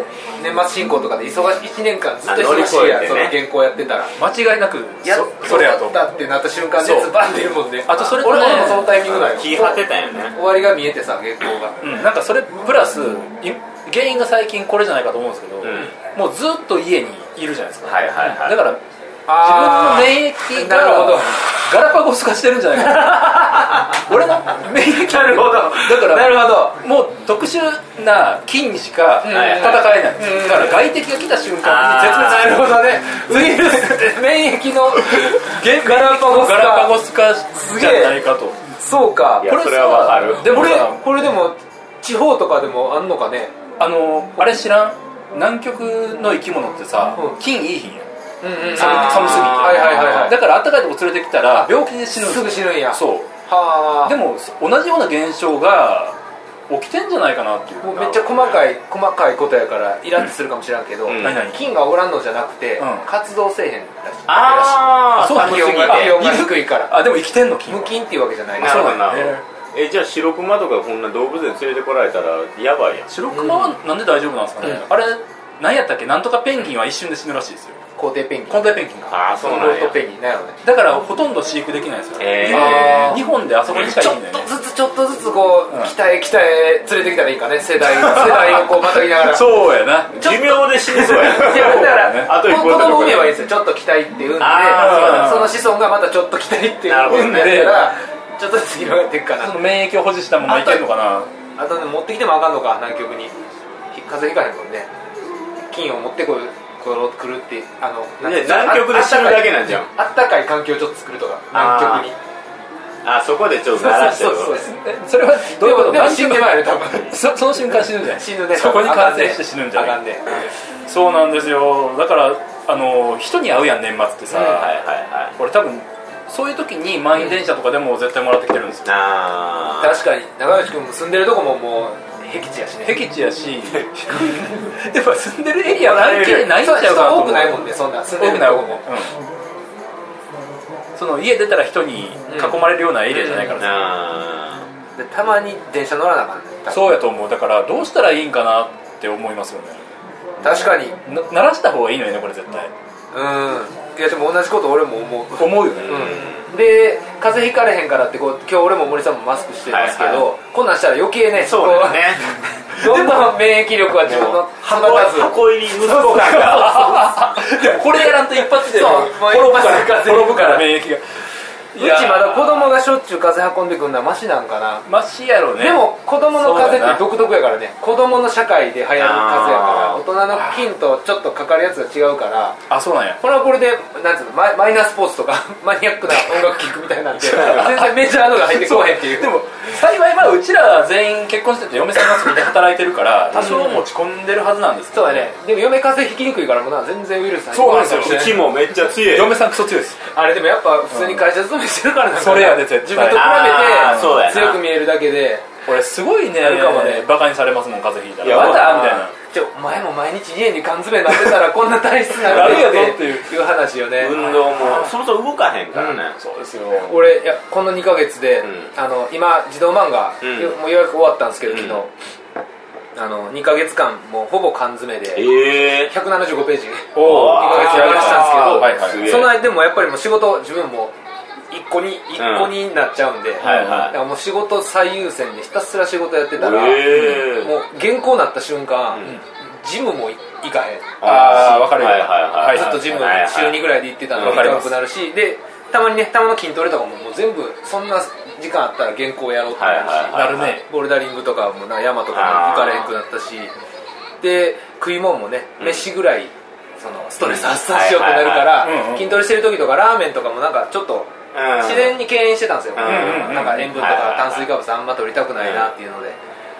Speaker 2: 年末進行とかで忙しい1年間ずっと
Speaker 3: あ乗り
Speaker 2: 忙し
Speaker 3: 越
Speaker 2: い
Speaker 3: え
Speaker 2: や
Speaker 3: て
Speaker 2: ん、
Speaker 3: ね
Speaker 2: その原稿やってたら
Speaker 1: 間違いなく
Speaker 2: や
Speaker 1: そそれやと
Speaker 2: っ
Speaker 1: 思う
Speaker 2: たってなった瞬間
Speaker 1: そう
Speaker 2: 熱バン出るもんね
Speaker 1: あとそれとね
Speaker 2: 俺俺もそのタイミングだよ
Speaker 3: 気張ってたよね
Speaker 2: 終わりが見えてさ原稿が
Speaker 1: うん、なんかそれプラスい原因が最近これじゃないかと思うんですけど、
Speaker 3: ん
Speaker 1: もうずっと家にいるじゃないですか、
Speaker 3: はいはいはい
Speaker 1: だから
Speaker 2: あー
Speaker 1: 自分の免疫
Speaker 2: なるほ
Speaker 1: が
Speaker 2: ど
Speaker 1: ガラパゴス化してるんじゃない かな俺の免疫
Speaker 2: なるほど
Speaker 1: だから
Speaker 2: なるほど
Speaker 1: もう特殊な菌にしか戦えないんですよ、だから外敵が来た瞬間に絶滅
Speaker 2: な
Speaker 1: す
Speaker 2: る
Speaker 1: る
Speaker 2: ほどねウイルス免疫のガラパゴス
Speaker 1: ガラパ
Speaker 2: か
Speaker 1: ゴス化じゃないかと
Speaker 2: そうか
Speaker 3: いや
Speaker 1: こ
Speaker 3: そ
Speaker 1: れ
Speaker 3: れ
Speaker 1: さ
Speaker 3: はわかる
Speaker 1: でも
Speaker 2: これ
Speaker 1: さ
Speaker 2: これでも地方とかでもあんのかね
Speaker 1: あのあれ知らん南極の生き物ってさ、
Speaker 2: うん
Speaker 1: 菌いいひんやん
Speaker 2: うんうん寒
Speaker 1: 寒寒すぎて
Speaker 2: はいはいはいはい
Speaker 1: だから暖かいとこ連れてきたら病気で死ぬんです
Speaker 2: すぐ死ぬんや
Speaker 1: そう
Speaker 2: はあ
Speaker 1: でもそ同じような現象が起きてんじゃないかなっていう
Speaker 2: もうめっちゃ細かい細かいことやからイラッとするかもしれんけど、
Speaker 3: うん
Speaker 1: 何々
Speaker 2: 菌がおらんのじゃなくて、
Speaker 1: うん
Speaker 2: 活動せえへんらしい
Speaker 3: あ
Speaker 1: あそうなんだ
Speaker 2: 気温が気温が低いから
Speaker 1: あでも生きてんの菌は
Speaker 2: 無菌っていうわけじゃない
Speaker 3: なるほどな
Speaker 1: そうだよ
Speaker 3: る
Speaker 1: ね
Speaker 3: ほどえじゃあ白熊とかこんな動物園連れてこられたらやばいやん
Speaker 1: 白熊はなんで大丈夫なんですかね、あれ何やったっけなんとかペンギンは一瞬で死ぬらしいですよ
Speaker 2: 皇帝ペンギン
Speaker 1: コンペンギンが
Speaker 3: ああ
Speaker 2: そ
Speaker 3: そう
Speaker 2: の
Speaker 3: な
Speaker 2: ロ
Speaker 3: ん
Speaker 2: ー
Speaker 3: や
Speaker 2: トペンギンなんやろね
Speaker 1: だからほとんど飼育できないんですよ、
Speaker 3: え
Speaker 2: ー
Speaker 1: 日本であそこにしかい
Speaker 2: ちょ
Speaker 1: な
Speaker 2: っ
Speaker 1: いんだよね
Speaker 2: とずつちょっとずつこう、
Speaker 1: うん
Speaker 2: 北へ北へ連れてきたらいいんかね世代世代をこうまたぎながら
Speaker 1: そうやな
Speaker 3: 寿命で死にそうや
Speaker 2: いやだか
Speaker 1: そうだね
Speaker 2: ら
Speaker 3: あと一
Speaker 2: こ
Speaker 3: 個
Speaker 2: 子供産めばいいんですよちょっと北行って産んで
Speaker 3: あ
Speaker 1: ー
Speaker 2: その子孫がまたちょっと北行って
Speaker 3: なるほど
Speaker 2: 産
Speaker 3: ね
Speaker 2: んだらちょっとずつ広がっていくかな
Speaker 1: その免疫を保持したままいけるのかな
Speaker 2: あとね持ってきてもあかんのか南極にひ風邪ひかへんもんね菌を持ってこるこの来るってあのなん
Speaker 3: ね
Speaker 2: て
Speaker 3: 南極で死ぬだけなんじゃん
Speaker 2: あったかい環境をちょっと作るとか南極に
Speaker 3: あそこでちょっと鳴らしてる
Speaker 2: そうそうそう
Speaker 1: えそれはどういうこと
Speaker 2: でもでも死んでないよ多分
Speaker 1: そその瞬間死ぬんじゃない
Speaker 2: 死ぬね
Speaker 1: そこに感染して死ぬんじゃ
Speaker 2: あ
Speaker 1: な
Speaker 2: か
Speaker 1: い
Speaker 2: んね
Speaker 1: そうなんですよだからあの人に会うやん年末ってさ、
Speaker 2: うん
Speaker 3: はいはいはい
Speaker 1: 俺多分そういう時に満員電車とかでも絶対もらってきてるんですよ、
Speaker 3: あー
Speaker 2: 確かに中西君も住んでるとこももう僻地やしね
Speaker 1: 僻地やし でも住んでるエリア関係ないんちゃうかなと
Speaker 2: 人
Speaker 1: 思う
Speaker 2: 多くないもんねそんな住ん
Speaker 1: 多
Speaker 2: で
Speaker 1: く
Speaker 2: る
Speaker 1: ない
Speaker 2: とこ
Speaker 1: 方
Speaker 2: も
Speaker 1: も、うん、その家出たら人に囲まれるようなエリアじゃないからさ、
Speaker 3: あ
Speaker 2: でたまに電車乗らなあかんね
Speaker 1: そうやと思うだからどうしたらいいんかなって思いますよね
Speaker 2: 確かにうん
Speaker 1: な鳴らした方がいいのよねこれ絶対
Speaker 2: いやでも同じこと俺も思う
Speaker 1: 思うよね、
Speaker 2: うんで風邪ひかれへんからってこう今日俺も森さんもマスクしてますけど、
Speaker 3: はいは
Speaker 2: こんなんしたら余計ね
Speaker 3: ーそうだよね
Speaker 2: こうどんどん免疫力は自分の
Speaker 3: 箱
Speaker 2: 育たず
Speaker 3: 箱入り息子感が
Speaker 1: いやこれやらんと一発で
Speaker 2: そう
Speaker 1: 滅ぶから滅ぶから免疫が
Speaker 2: ちまだ子供がしょっちゅう風運んでくるのはマシなんかな
Speaker 1: マシやろ
Speaker 2: で
Speaker 1: ね
Speaker 2: も子供の風
Speaker 1: そう
Speaker 2: 邪
Speaker 1: だ
Speaker 2: って
Speaker 1: な
Speaker 2: 独特やからね子供の社会で流行る風邪やから
Speaker 3: あー
Speaker 2: 大人の菌とちょっとかかるやつが違うから
Speaker 1: あそうなんや
Speaker 2: これはこれでなんつうのマイマイナースポーツとか マニアックな音楽聴くみたい なんで全然メジャーのが入ってこうへんっていう
Speaker 1: でも幸いまあうちら全員結婚してて嫁さんがそこで働いてるから多少持ち込んでるはずなんですけ
Speaker 2: そ
Speaker 1: ど
Speaker 2: うだねでも嫁風邪ひきにくいからもうな全然ウイルス入って
Speaker 1: そう
Speaker 2: こ
Speaker 1: な
Speaker 2: なんい
Speaker 1: ですよ
Speaker 2: かもしれ
Speaker 3: う
Speaker 2: ない
Speaker 3: ちもめっちゃ強い
Speaker 1: 嫁さんクソ強いです
Speaker 2: あれでもやっぱ普通に会社勤めしてるからなんかな
Speaker 1: それやで絶
Speaker 2: 自
Speaker 1: 対
Speaker 2: 分と
Speaker 3: あーそうや
Speaker 2: 比べて
Speaker 3: な
Speaker 2: 強く見えるだけで
Speaker 1: 俺すごいね
Speaker 2: あるかもね
Speaker 1: バカにされますもん風邪ひいたら
Speaker 3: いや
Speaker 1: ま
Speaker 3: ま
Speaker 1: だ
Speaker 3: だ
Speaker 1: みたいな
Speaker 2: ちょお前も毎日家に缶詰になってた らこんな体質な
Speaker 1: なる
Speaker 2: る
Speaker 1: や
Speaker 2: よ
Speaker 1: ぞっ
Speaker 2: ってて
Speaker 1: い
Speaker 2: いう話よね
Speaker 3: 運動もそもそも動かへんからね、
Speaker 1: そうですよ
Speaker 2: 俺いやこの2ヶ月で、
Speaker 3: うん
Speaker 2: あの今児童漫画、
Speaker 3: うん
Speaker 2: よもうようやく終わったんですけど
Speaker 3: うん
Speaker 2: 昨日、あの2ヶ月間もうほぼ缶詰で
Speaker 3: ええ
Speaker 2: 175ページ
Speaker 1: お
Speaker 2: 二ヶ月やりましたんですけど
Speaker 1: はいはい
Speaker 3: すげえ
Speaker 2: その間でもやっぱりもう仕事自分も1個に一個になっちゃうんで、
Speaker 3: はいはい
Speaker 2: だからもう仕事最優先でひたすら仕事やってたら、
Speaker 3: ええ
Speaker 2: もう原稿なった瞬間、
Speaker 3: うん
Speaker 2: ジムも行かへん
Speaker 1: あーわかるよ
Speaker 3: はいはいはい
Speaker 2: ずっとジム
Speaker 3: はいはい
Speaker 2: 週2ぐらいで行ってたの
Speaker 1: わ
Speaker 2: が
Speaker 1: かり
Speaker 2: 行
Speaker 1: ま
Speaker 2: か
Speaker 1: す
Speaker 2: なくなるしでたまにねたまの筋トレとかももう全部そんな時間あったら原稿やろうってなるし、
Speaker 3: はいはいはい
Speaker 1: なるね
Speaker 2: ボルダリングとかもな山とかも行かれへんくなったしで食い物もね
Speaker 3: うん
Speaker 2: 飯ぐらいそのストレス発散しようとなるから
Speaker 1: はいはいはいうんうん
Speaker 2: 筋トレしてる時とかラーメンとかもなんかちょっと自然に敬遠してたんですよ、
Speaker 3: うんうんうん
Speaker 2: なんか塩分と
Speaker 3: はい
Speaker 2: か
Speaker 3: はいはい
Speaker 2: 炭水化物あんま取りたくないなっていうので、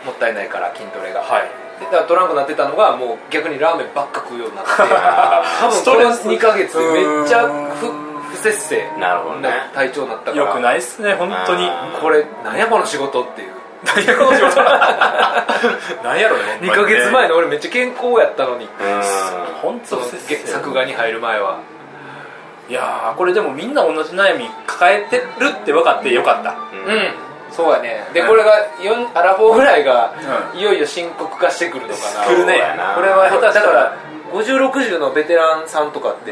Speaker 2: もったいないから筋トレが、
Speaker 1: はい
Speaker 2: でだから取らんくなってたのがもう逆にラーメンばっか食うようになって多
Speaker 1: ストレ
Speaker 2: 分
Speaker 1: ス
Speaker 2: この2ヶ月めっちゃ不
Speaker 1: うん
Speaker 2: 不節制
Speaker 3: なるほどね
Speaker 2: な体調になったから
Speaker 1: よくないっすね本当に
Speaker 3: あ
Speaker 2: これなんやこの仕事っていう
Speaker 1: 何や この仕事何やろね
Speaker 2: 2ヶ月前の俺めっちゃ健康やったのに
Speaker 3: うん
Speaker 1: 本
Speaker 2: そ
Speaker 1: 当
Speaker 2: のげ作画に入る前はい
Speaker 1: やーこれでもみんな同じ悩み抱えてるって分かってよかった
Speaker 2: う
Speaker 3: うん
Speaker 2: んそうやね
Speaker 3: う
Speaker 2: で
Speaker 3: ん
Speaker 2: これが四アラフォーぐらいが
Speaker 1: う
Speaker 2: いよいよ深刻化してくるのかな
Speaker 1: 来るね
Speaker 3: そうやな
Speaker 2: これは下手した
Speaker 1: だから
Speaker 2: ら5060のベテランさんとかって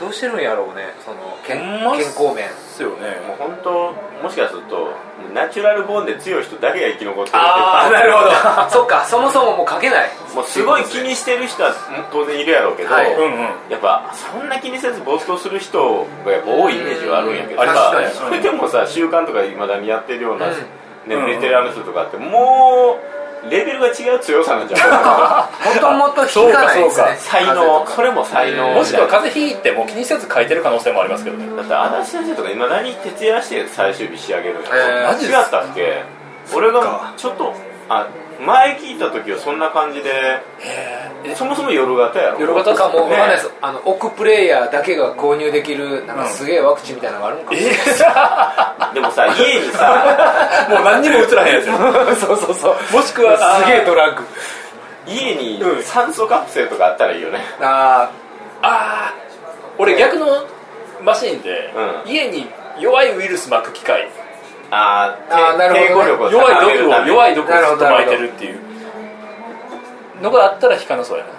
Speaker 1: うん
Speaker 2: どうしてるんやろうねその健
Speaker 1: ほんまっ
Speaker 2: 健
Speaker 1: す
Speaker 2: 康面
Speaker 1: ですよね
Speaker 3: もう本当もしかするとナチュラルボーンで強い人だけが生き残ってる
Speaker 1: あーなるほど
Speaker 2: ど そっかそもそももう書けない
Speaker 3: もうすごい気にしてる人は当然いるやろうけど、
Speaker 2: はい
Speaker 1: うんうん
Speaker 3: やっぱそんな気にせず没頭する人がやっぱ多いイメージはあるんやけど
Speaker 1: うん
Speaker 3: さ
Speaker 1: 確かに
Speaker 3: それでもさ習慣とかいまだにやってるような、
Speaker 2: うん
Speaker 3: ね、ベテランの人とかってもうレベルが違う強さなん じゃないか
Speaker 2: もともと引かないです
Speaker 1: そうかそうか
Speaker 2: ね
Speaker 3: な才
Speaker 2: 風と
Speaker 3: 能
Speaker 2: か
Speaker 3: それも才能
Speaker 1: もしくは風邪ひいても気にせず書いてる可能性もありますけどね
Speaker 3: だって足立先生とかいまだに徹夜して最終日仕上げるんや
Speaker 2: へー
Speaker 3: 違ったっけ俺がちょっとあ前聞いた時はそんな感じでそもそも夜型やろ
Speaker 2: 夜型かもうわかん
Speaker 3: ね
Speaker 2: ないですあの奥プレイヤーだけが購入できるなんかすげえワクチンみたいなのがあるんかもしれない
Speaker 3: でもさ家に さ
Speaker 1: もう何にも映らへんやつよ
Speaker 2: そうそうそう
Speaker 1: もしくはあー
Speaker 2: すげえドラッグ
Speaker 3: 家に
Speaker 1: うん
Speaker 3: 酸素カプセルとかあったらいいよね
Speaker 2: あ
Speaker 1: ああ俺逆のマシンで、
Speaker 3: う
Speaker 1: 家に弱いウイルス巻く機械
Speaker 3: あー
Speaker 2: あー
Speaker 3: て
Speaker 2: なるほどね
Speaker 3: 抵抗力を
Speaker 1: 弱い
Speaker 3: 高
Speaker 1: 毒
Speaker 3: めるため
Speaker 1: を
Speaker 3: に
Speaker 1: 弱い毒をずっと巻いてるっていうのがあったら引かなそうやな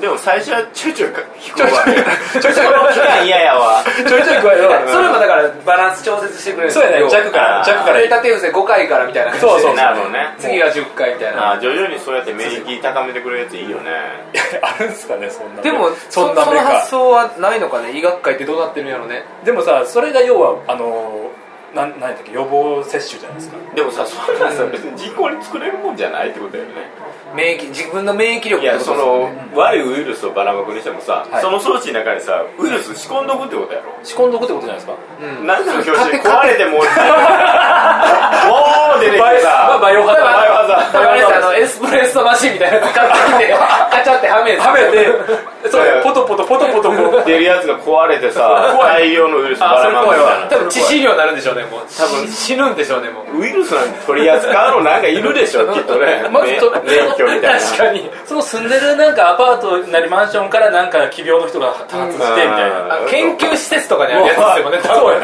Speaker 3: でも最初はちょいちょいか引くわ
Speaker 1: ち ょいちょい
Speaker 3: この期間嫌やわ
Speaker 1: ちょいちょい具合
Speaker 2: あ それもだからバランス調節してくれるんです
Speaker 1: そうやね弱から
Speaker 3: あー
Speaker 1: 弱からいい
Speaker 2: 縦伏せ5回からみたいな感じで
Speaker 1: そうそう
Speaker 3: なるほどね
Speaker 2: 次が10回みたいな
Speaker 3: あー徐々にそうやって免疫高めてくれるやついいよね
Speaker 1: あるんすかねそんな
Speaker 2: でも
Speaker 1: そ
Speaker 2: そ
Speaker 1: んな
Speaker 2: そ
Speaker 1: メ
Speaker 2: の
Speaker 1: カ
Speaker 2: 発想はないのかね医学界ってどうなってるんやろうね
Speaker 1: でもさそれが要はあのーなんなんやったっけ予防接種じゃないですか
Speaker 3: でもさそんなんさ別に人工に作れるもんじゃないってことだよね
Speaker 2: 免疫自分の免疫力っ
Speaker 3: い
Speaker 2: て
Speaker 3: や
Speaker 2: こと
Speaker 3: そ
Speaker 2: ですよ
Speaker 3: の
Speaker 2: ね
Speaker 3: 悪いウイルスをばらまくにしてもさ、
Speaker 1: はい
Speaker 3: その装置の中にさウイルス仕込んどくってことやろ
Speaker 1: 仕込んどくってことじゃないですか
Speaker 2: うん
Speaker 3: 何なの表
Speaker 2: 勝手
Speaker 3: 紙
Speaker 2: 勝
Speaker 3: 壊れてもうおー出てきてさ
Speaker 1: バイオハザード
Speaker 3: バイオハザード
Speaker 2: わかりましたあのエスプレッソマシンみたいなやつ買ってきてカチャってはめ
Speaker 1: はめて そ
Speaker 3: いやい
Speaker 1: れ
Speaker 3: や
Speaker 1: ポトポトポトポトこう
Speaker 3: 出るやつが壊れて さ大量のウイルスばらまくみたいな
Speaker 2: 多分致死量になるんでしょうねもう多
Speaker 3: 分
Speaker 2: 死ぬんでしょうねもう
Speaker 3: ウイルスなんて取り扱うのなんかいるでしょきっと ね
Speaker 1: まずと
Speaker 3: ね免許みたいな
Speaker 1: 確かにその住んでるなんかアパートなりマンションからなんか奇病の人が多発してみたい
Speaker 3: うん
Speaker 1: な
Speaker 2: あ研究施設とかにあるやつですよね多
Speaker 1: そう
Speaker 2: 分
Speaker 1: や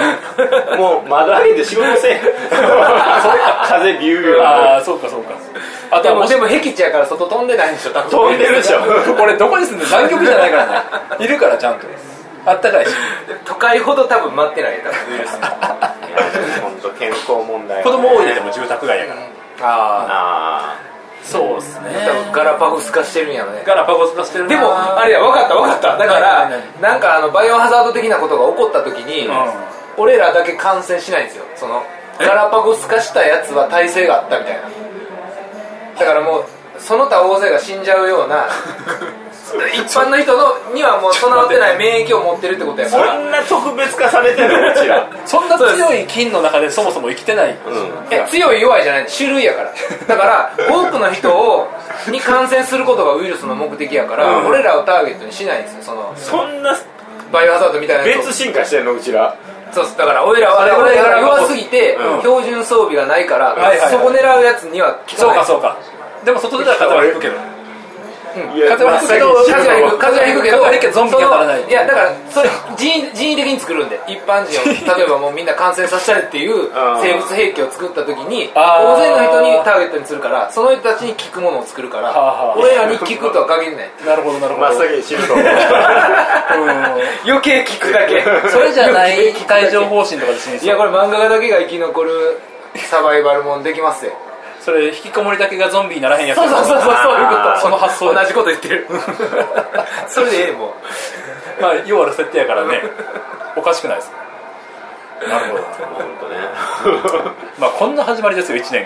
Speaker 1: ね
Speaker 3: もう窓開けて仕事せえ 風ビュービュ
Speaker 1: あ
Speaker 3: ー
Speaker 1: あそうかそうかあと
Speaker 2: で
Speaker 1: は
Speaker 2: も
Speaker 1: もし
Speaker 2: でも僻地やから外飛んでないんでしょ多分
Speaker 3: 飛んでるでしょ
Speaker 1: 俺どこに住んでる南極じゃないからねいるからちゃんとあったかいし
Speaker 2: 都会ほど多分待ってないよ多分ウイルスに
Speaker 3: 本当健康問題
Speaker 1: 子供多いででも住宅街やから
Speaker 2: ああ
Speaker 3: あ
Speaker 1: そうっすね
Speaker 2: 多分ガラパゴス化してるんやろね
Speaker 1: ガラパゴス化して る
Speaker 2: でもあ
Speaker 1: れ
Speaker 2: れや分かった分かっただか
Speaker 1: はいはい
Speaker 2: ら
Speaker 1: は
Speaker 2: なんかあのバイオハザード的なことが起こった時に
Speaker 1: う
Speaker 2: 俺らだけ感染しないんですよその
Speaker 1: え
Speaker 2: ガラパゴス化したやつは耐性があったみたいなだからもうその他大勢が死んじゃうよう な一般の人のにはもう備わってない免疫を持ってるってことやか
Speaker 3: そ
Speaker 2: ら
Speaker 3: んな特別化されてるのうちら
Speaker 1: そんな強い菌の中でそもそも生きてない、
Speaker 3: うん
Speaker 2: え強い弱いじゃない種類やからだから多くの人をに感染することがウイルスの目的やから、
Speaker 3: うん
Speaker 2: 俺らをターゲットにしないんですよその
Speaker 3: そんな
Speaker 2: バイオハザードみたいなやつを
Speaker 3: 別進化してんのうちら
Speaker 2: そうっすだから俺らは
Speaker 1: それ
Speaker 2: 俺らが
Speaker 1: 俺らが
Speaker 2: 弱すぎて、
Speaker 3: うん
Speaker 2: 標準装備がないから、
Speaker 1: はいはいはい
Speaker 2: そこ狙うやつには効
Speaker 1: そう
Speaker 2: かない
Speaker 1: かそうかでも外出たら風は吹くけど
Speaker 2: うん
Speaker 3: いや
Speaker 2: 風は吹くけど
Speaker 3: まあ
Speaker 2: 風は吹く風は吹くけど
Speaker 1: 風は吹くけどゾンビにはならない
Speaker 2: そのやだからそれ人為人為的に作るんで一般人 を例えばもうみんな感染させたりっていう
Speaker 3: あー
Speaker 2: 生物兵器を作った時に
Speaker 1: あー
Speaker 2: 大勢の人にターゲットにするからその人たちに効くものを作るから
Speaker 1: はあはあ
Speaker 2: 俺らに効くとは限らない
Speaker 1: なるほどなるほど
Speaker 3: 真っ先に死ぬと思う
Speaker 1: う
Speaker 2: 余計効くだ け
Speaker 1: んそれじゃない帯状疱疹とかですね
Speaker 2: いやこれ漫画家だけが生き残るサバイバルもんできます よ
Speaker 1: それ引きこもりだけがゾンビにならへんやつ
Speaker 2: そうそうそうそうそういうこと
Speaker 1: その発想
Speaker 2: 同じこと言ってるそれでええもん
Speaker 1: まあ要は設定やからねおかしくないですなるほど
Speaker 3: 本 当ね
Speaker 1: まあこんな始まりですよ1年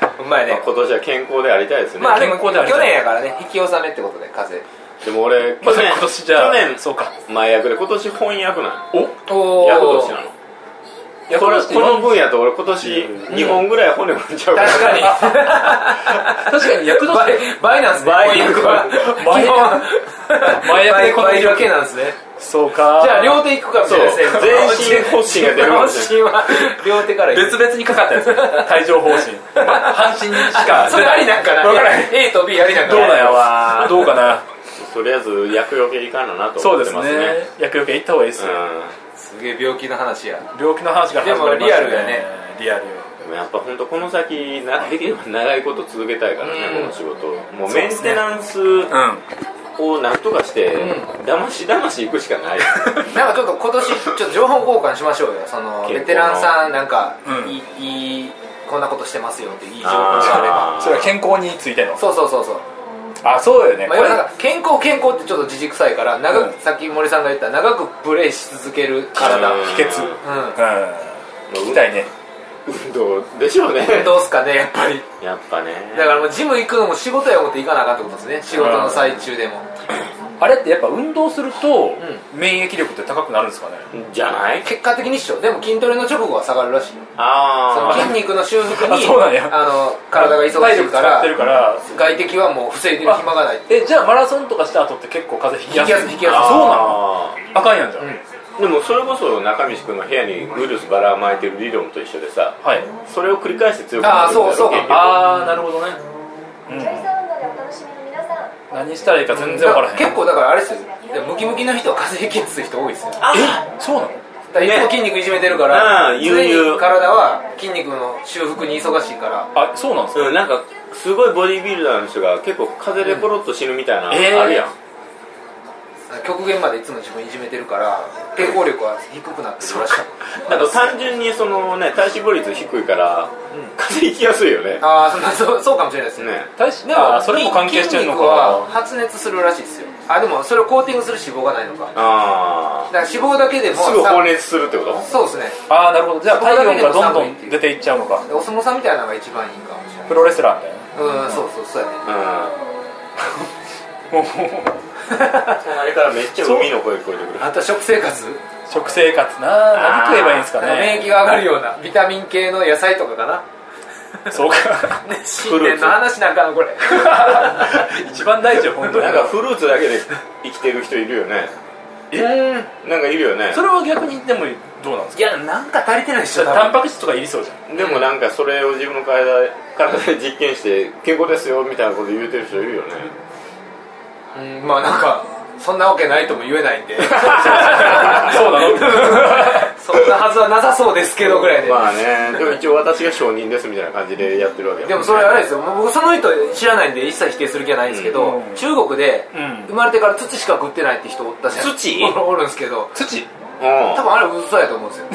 Speaker 1: が
Speaker 2: うまい
Speaker 3: まあ
Speaker 2: ね
Speaker 3: 今年は健康でありたいですね、
Speaker 2: まあでも
Speaker 1: 健康でありたい
Speaker 2: 去年やからね引き納めってことで風邪
Speaker 3: でも俺
Speaker 1: ま
Speaker 3: 去
Speaker 1: あ
Speaker 3: 年
Speaker 1: 今年じゃあ
Speaker 3: 去年
Speaker 1: そうか
Speaker 3: 前役で今年翻訳な
Speaker 1: お
Speaker 2: お
Speaker 3: の役年なの
Speaker 1: や
Speaker 3: これ
Speaker 1: こ
Speaker 3: こ
Speaker 1: の
Speaker 3: の分野と俺今年2本ぐらい骨折れちゃうから
Speaker 2: 確かに
Speaker 1: 確かに役年
Speaker 2: 倍倍なんすね
Speaker 1: 倍
Speaker 2: 翻訳は
Speaker 1: 倍
Speaker 2: 基本
Speaker 1: 倍役でこの
Speaker 2: 倍倍だけなんですね
Speaker 1: そうか
Speaker 2: じゃあ両手いくかみたいな
Speaker 3: そう全身発疹が出るかもし
Speaker 2: 全身は両手からいく
Speaker 1: 別々にかかったやつ帯状疱疹半身にしか
Speaker 2: それありなんかな
Speaker 1: 分からへん
Speaker 2: A と B ありなんか
Speaker 1: どう
Speaker 2: な
Speaker 1: なんやわどうかな
Speaker 3: とりあえず薬よけいかんのなと
Speaker 1: そう
Speaker 3: 思
Speaker 1: で
Speaker 3: って
Speaker 1: す
Speaker 3: ますね
Speaker 1: ね薬よけ行った方がいいですよ
Speaker 2: すげえ病気の話や
Speaker 1: 病気の話が始まりましたね
Speaker 2: でもリアルやね
Speaker 1: リアルよ
Speaker 3: うんでもやっぱ本当この先なできれば長いこと続けたいからね、
Speaker 2: うん
Speaker 3: この仕事もう
Speaker 1: そう
Speaker 3: メ
Speaker 1: で
Speaker 3: ン
Speaker 1: すね
Speaker 3: テナンス
Speaker 1: うん
Speaker 3: をなんとかして
Speaker 2: う
Speaker 3: だましだまし行くしかない
Speaker 2: なんかちょっと今年ちょっと情報交換しましょうよその
Speaker 3: 健康の
Speaker 2: ベテランさんなんか、
Speaker 1: うん
Speaker 2: いいいいこんなことしてますよっていういい情報があれば
Speaker 3: あー
Speaker 1: それは健康についての
Speaker 2: そうそうそうそう、
Speaker 1: あそうよね
Speaker 2: まあ、要はなんか健康健康ってちょっと自軸臭いから長く、
Speaker 1: うん
Speaker 2: さっき森さんが言った長くブレイし続ける体
Speaker 3: う
Speaker 2: うんん
Speaker 1: 秘訣うん聞きたいね
Speaker 3: 運動でしょうね
Speaker 2: どうすかねやっぱり
Speaker 3: やっぱね
Speaker 2: だからもうジム行くのも仕事や思って行かなあかんってことですね仕事の最中でも、
Speaker 1: あれってやっぱ運動すると
Speaker 2: う
Speaker 1: 免疫力って高くなるんですかね
Speaker 3: じゃない
Speaker 2: 結果的にっしょでも筋トレの直後は下がるらしいよその
Speaker 3: あ
Speaker 2: 筋肉の修復
Speaker 1: あ
Speaker 2: に
Speaker 1: そうなんや
Speaker 2: あの体が忙
Speaker 1: 体
Speaker 2: しい
Speaker 1: 力
Speaker 2: か
Speaker 1: 使っ
Speaker 2: ら
Speaker 1: てるから
Speaker 2: 外敵はもう防いでる暇がないって
Speaker 1: えじゃあマラソンとかした後って結構風邪ひきやすい
Speaker 2: ひきやすいひきやすい
Speaker 1: あそうなの
Speaker 3: あ
Speaker 1: あかんやんじゃん
Speaker 2: うん
Speaker 3: ーでもそれこそ中西君の部屋にウイルスばらまいてる理論と一緒でさ
Speaker 1: はい
Speaker 3: それを繰り返して強くなるんだよ
Speaker 2: あーそうそうか
Speaker 3: 結局
Speaker 1: ああなるほどねうん
Speaker 5: サウンドでお楽しみの皆さん
Speaker 1: 何したらいいか全然わからへん
Speaker 2: 結構だからあれですよでムキムキの人は風邪ひきやすい人多いですよだか
Speaker 1: えそうなの
Speaker 2: らいつも筋肉いじめてるから、
Speaker 3: うん
Speaker 2: 常に
Speaker 3: 悠々
Speaker 2: 体は筋肉の修復に忙しいから
Speaker 1: あそうなんですか
Speaker 3: うん、なんかすごいボディービルダーの人が結構風邪でポロッと死ぬみたいな、
Speaker 1: えー
Speaker 3: あるやん
Speaker 2: 極限までいつも自分いじめてるから抵抗力は低くなってるらしい
Speaker 3: あと単純にそのね体脂肪率低いから、風邪ひきやすいよね
Speaker 2: ああそんなそうそうかもしれないですね
Speaker 3: ね
Speaker 1: 大し
Speaker 2: でも
Speaker 1: あーそれも関係してるの
Speaker 2: 筋肉は
Speaker 1: か
Speaker 2: 発熱するらしいですよあでもそれをコーティングする脂肪がないのかだか
Speaker 3: あ
Speaker 2: ら脂肪だけでも
Speaker 3: あすぐ
Speaker 2: さ
Speaker 3: 放熱するってこと
Speaker 2: そうですね
Speaker 1: ああなるほどじ
Speaker 2: そ
Speaker 1: ゃあ
Speaker 2: こだ
Speaker 1: 体
Speaker 2: けで
Speaker 1: 温が
Speaker 2: も
Speaker 1: どんど
Speaker 2: 寒いってい
Speaker 1: ん
Speaker 2: う
Speaker 1: 出ていっちゃうのか
Speaker 2: お相撲さんみたいなのが一番いいかもしれない
Speaker 1: プロレスラーみたいな
Speaker 2: うんそうそうそうやね
Speaker 3: うん
Speaker 1: もう
Speaker 3: 隣からめっちゃ海の声聞こえてくる
Speaker 2: あと食生活
Speaker 1: 食生活な何食えばいいんですか
Speaker 2: なんか免
Speaker 1: ね
Speaker 2: 疫が上がるようなビタミン系の野菜とかかな
Speaker 1: そうか
Speaker 2: ね新年の話なんかなこれ
Speaker 1: 一番大事よ本当に
Speaker 3: なんかフルーツだけで生きてる人いるよね
Speaker 2: うん
Speaker 3: なんかいるよね
Speaker 1: それは逆にでもどうなんです
Speaker 2: いやなんか足りてないでしょ多
Speaker 1: タン
Speaker 2: 分
Speaker 1: パク質とかいりそうじゃん
Speaker 3: でもなんかそれを自分の体で体で実験して健康ですよみたいなこと言うてる人いるよね
Speaker 2: うんまあなんかそんなわけないとも言えないんで
Speaker 1: そうなの
Speaker 2: そんなはずはなさそうですけどぐらいで、
Speaker 3: まあねでも一応私が承認ですみたいな感じでやってるわけや
Speaker 2: で
Speaker 3: もん
Speaker 2: もそれあれですよもう僕その人知らないんで一切否定する気はないんですけど、
Speaker 1: うん
Speaker 2: 中国で
Speaker 1: うん
Speaker 2: 生まれてから土しか食ってないって人おったじゃん
Speaker 3: 土
Speaker 2: おるんですけど
Speaker 1: 土
Speaker 3: うん
Speaker 2: 多分あれ嘘やと思うんで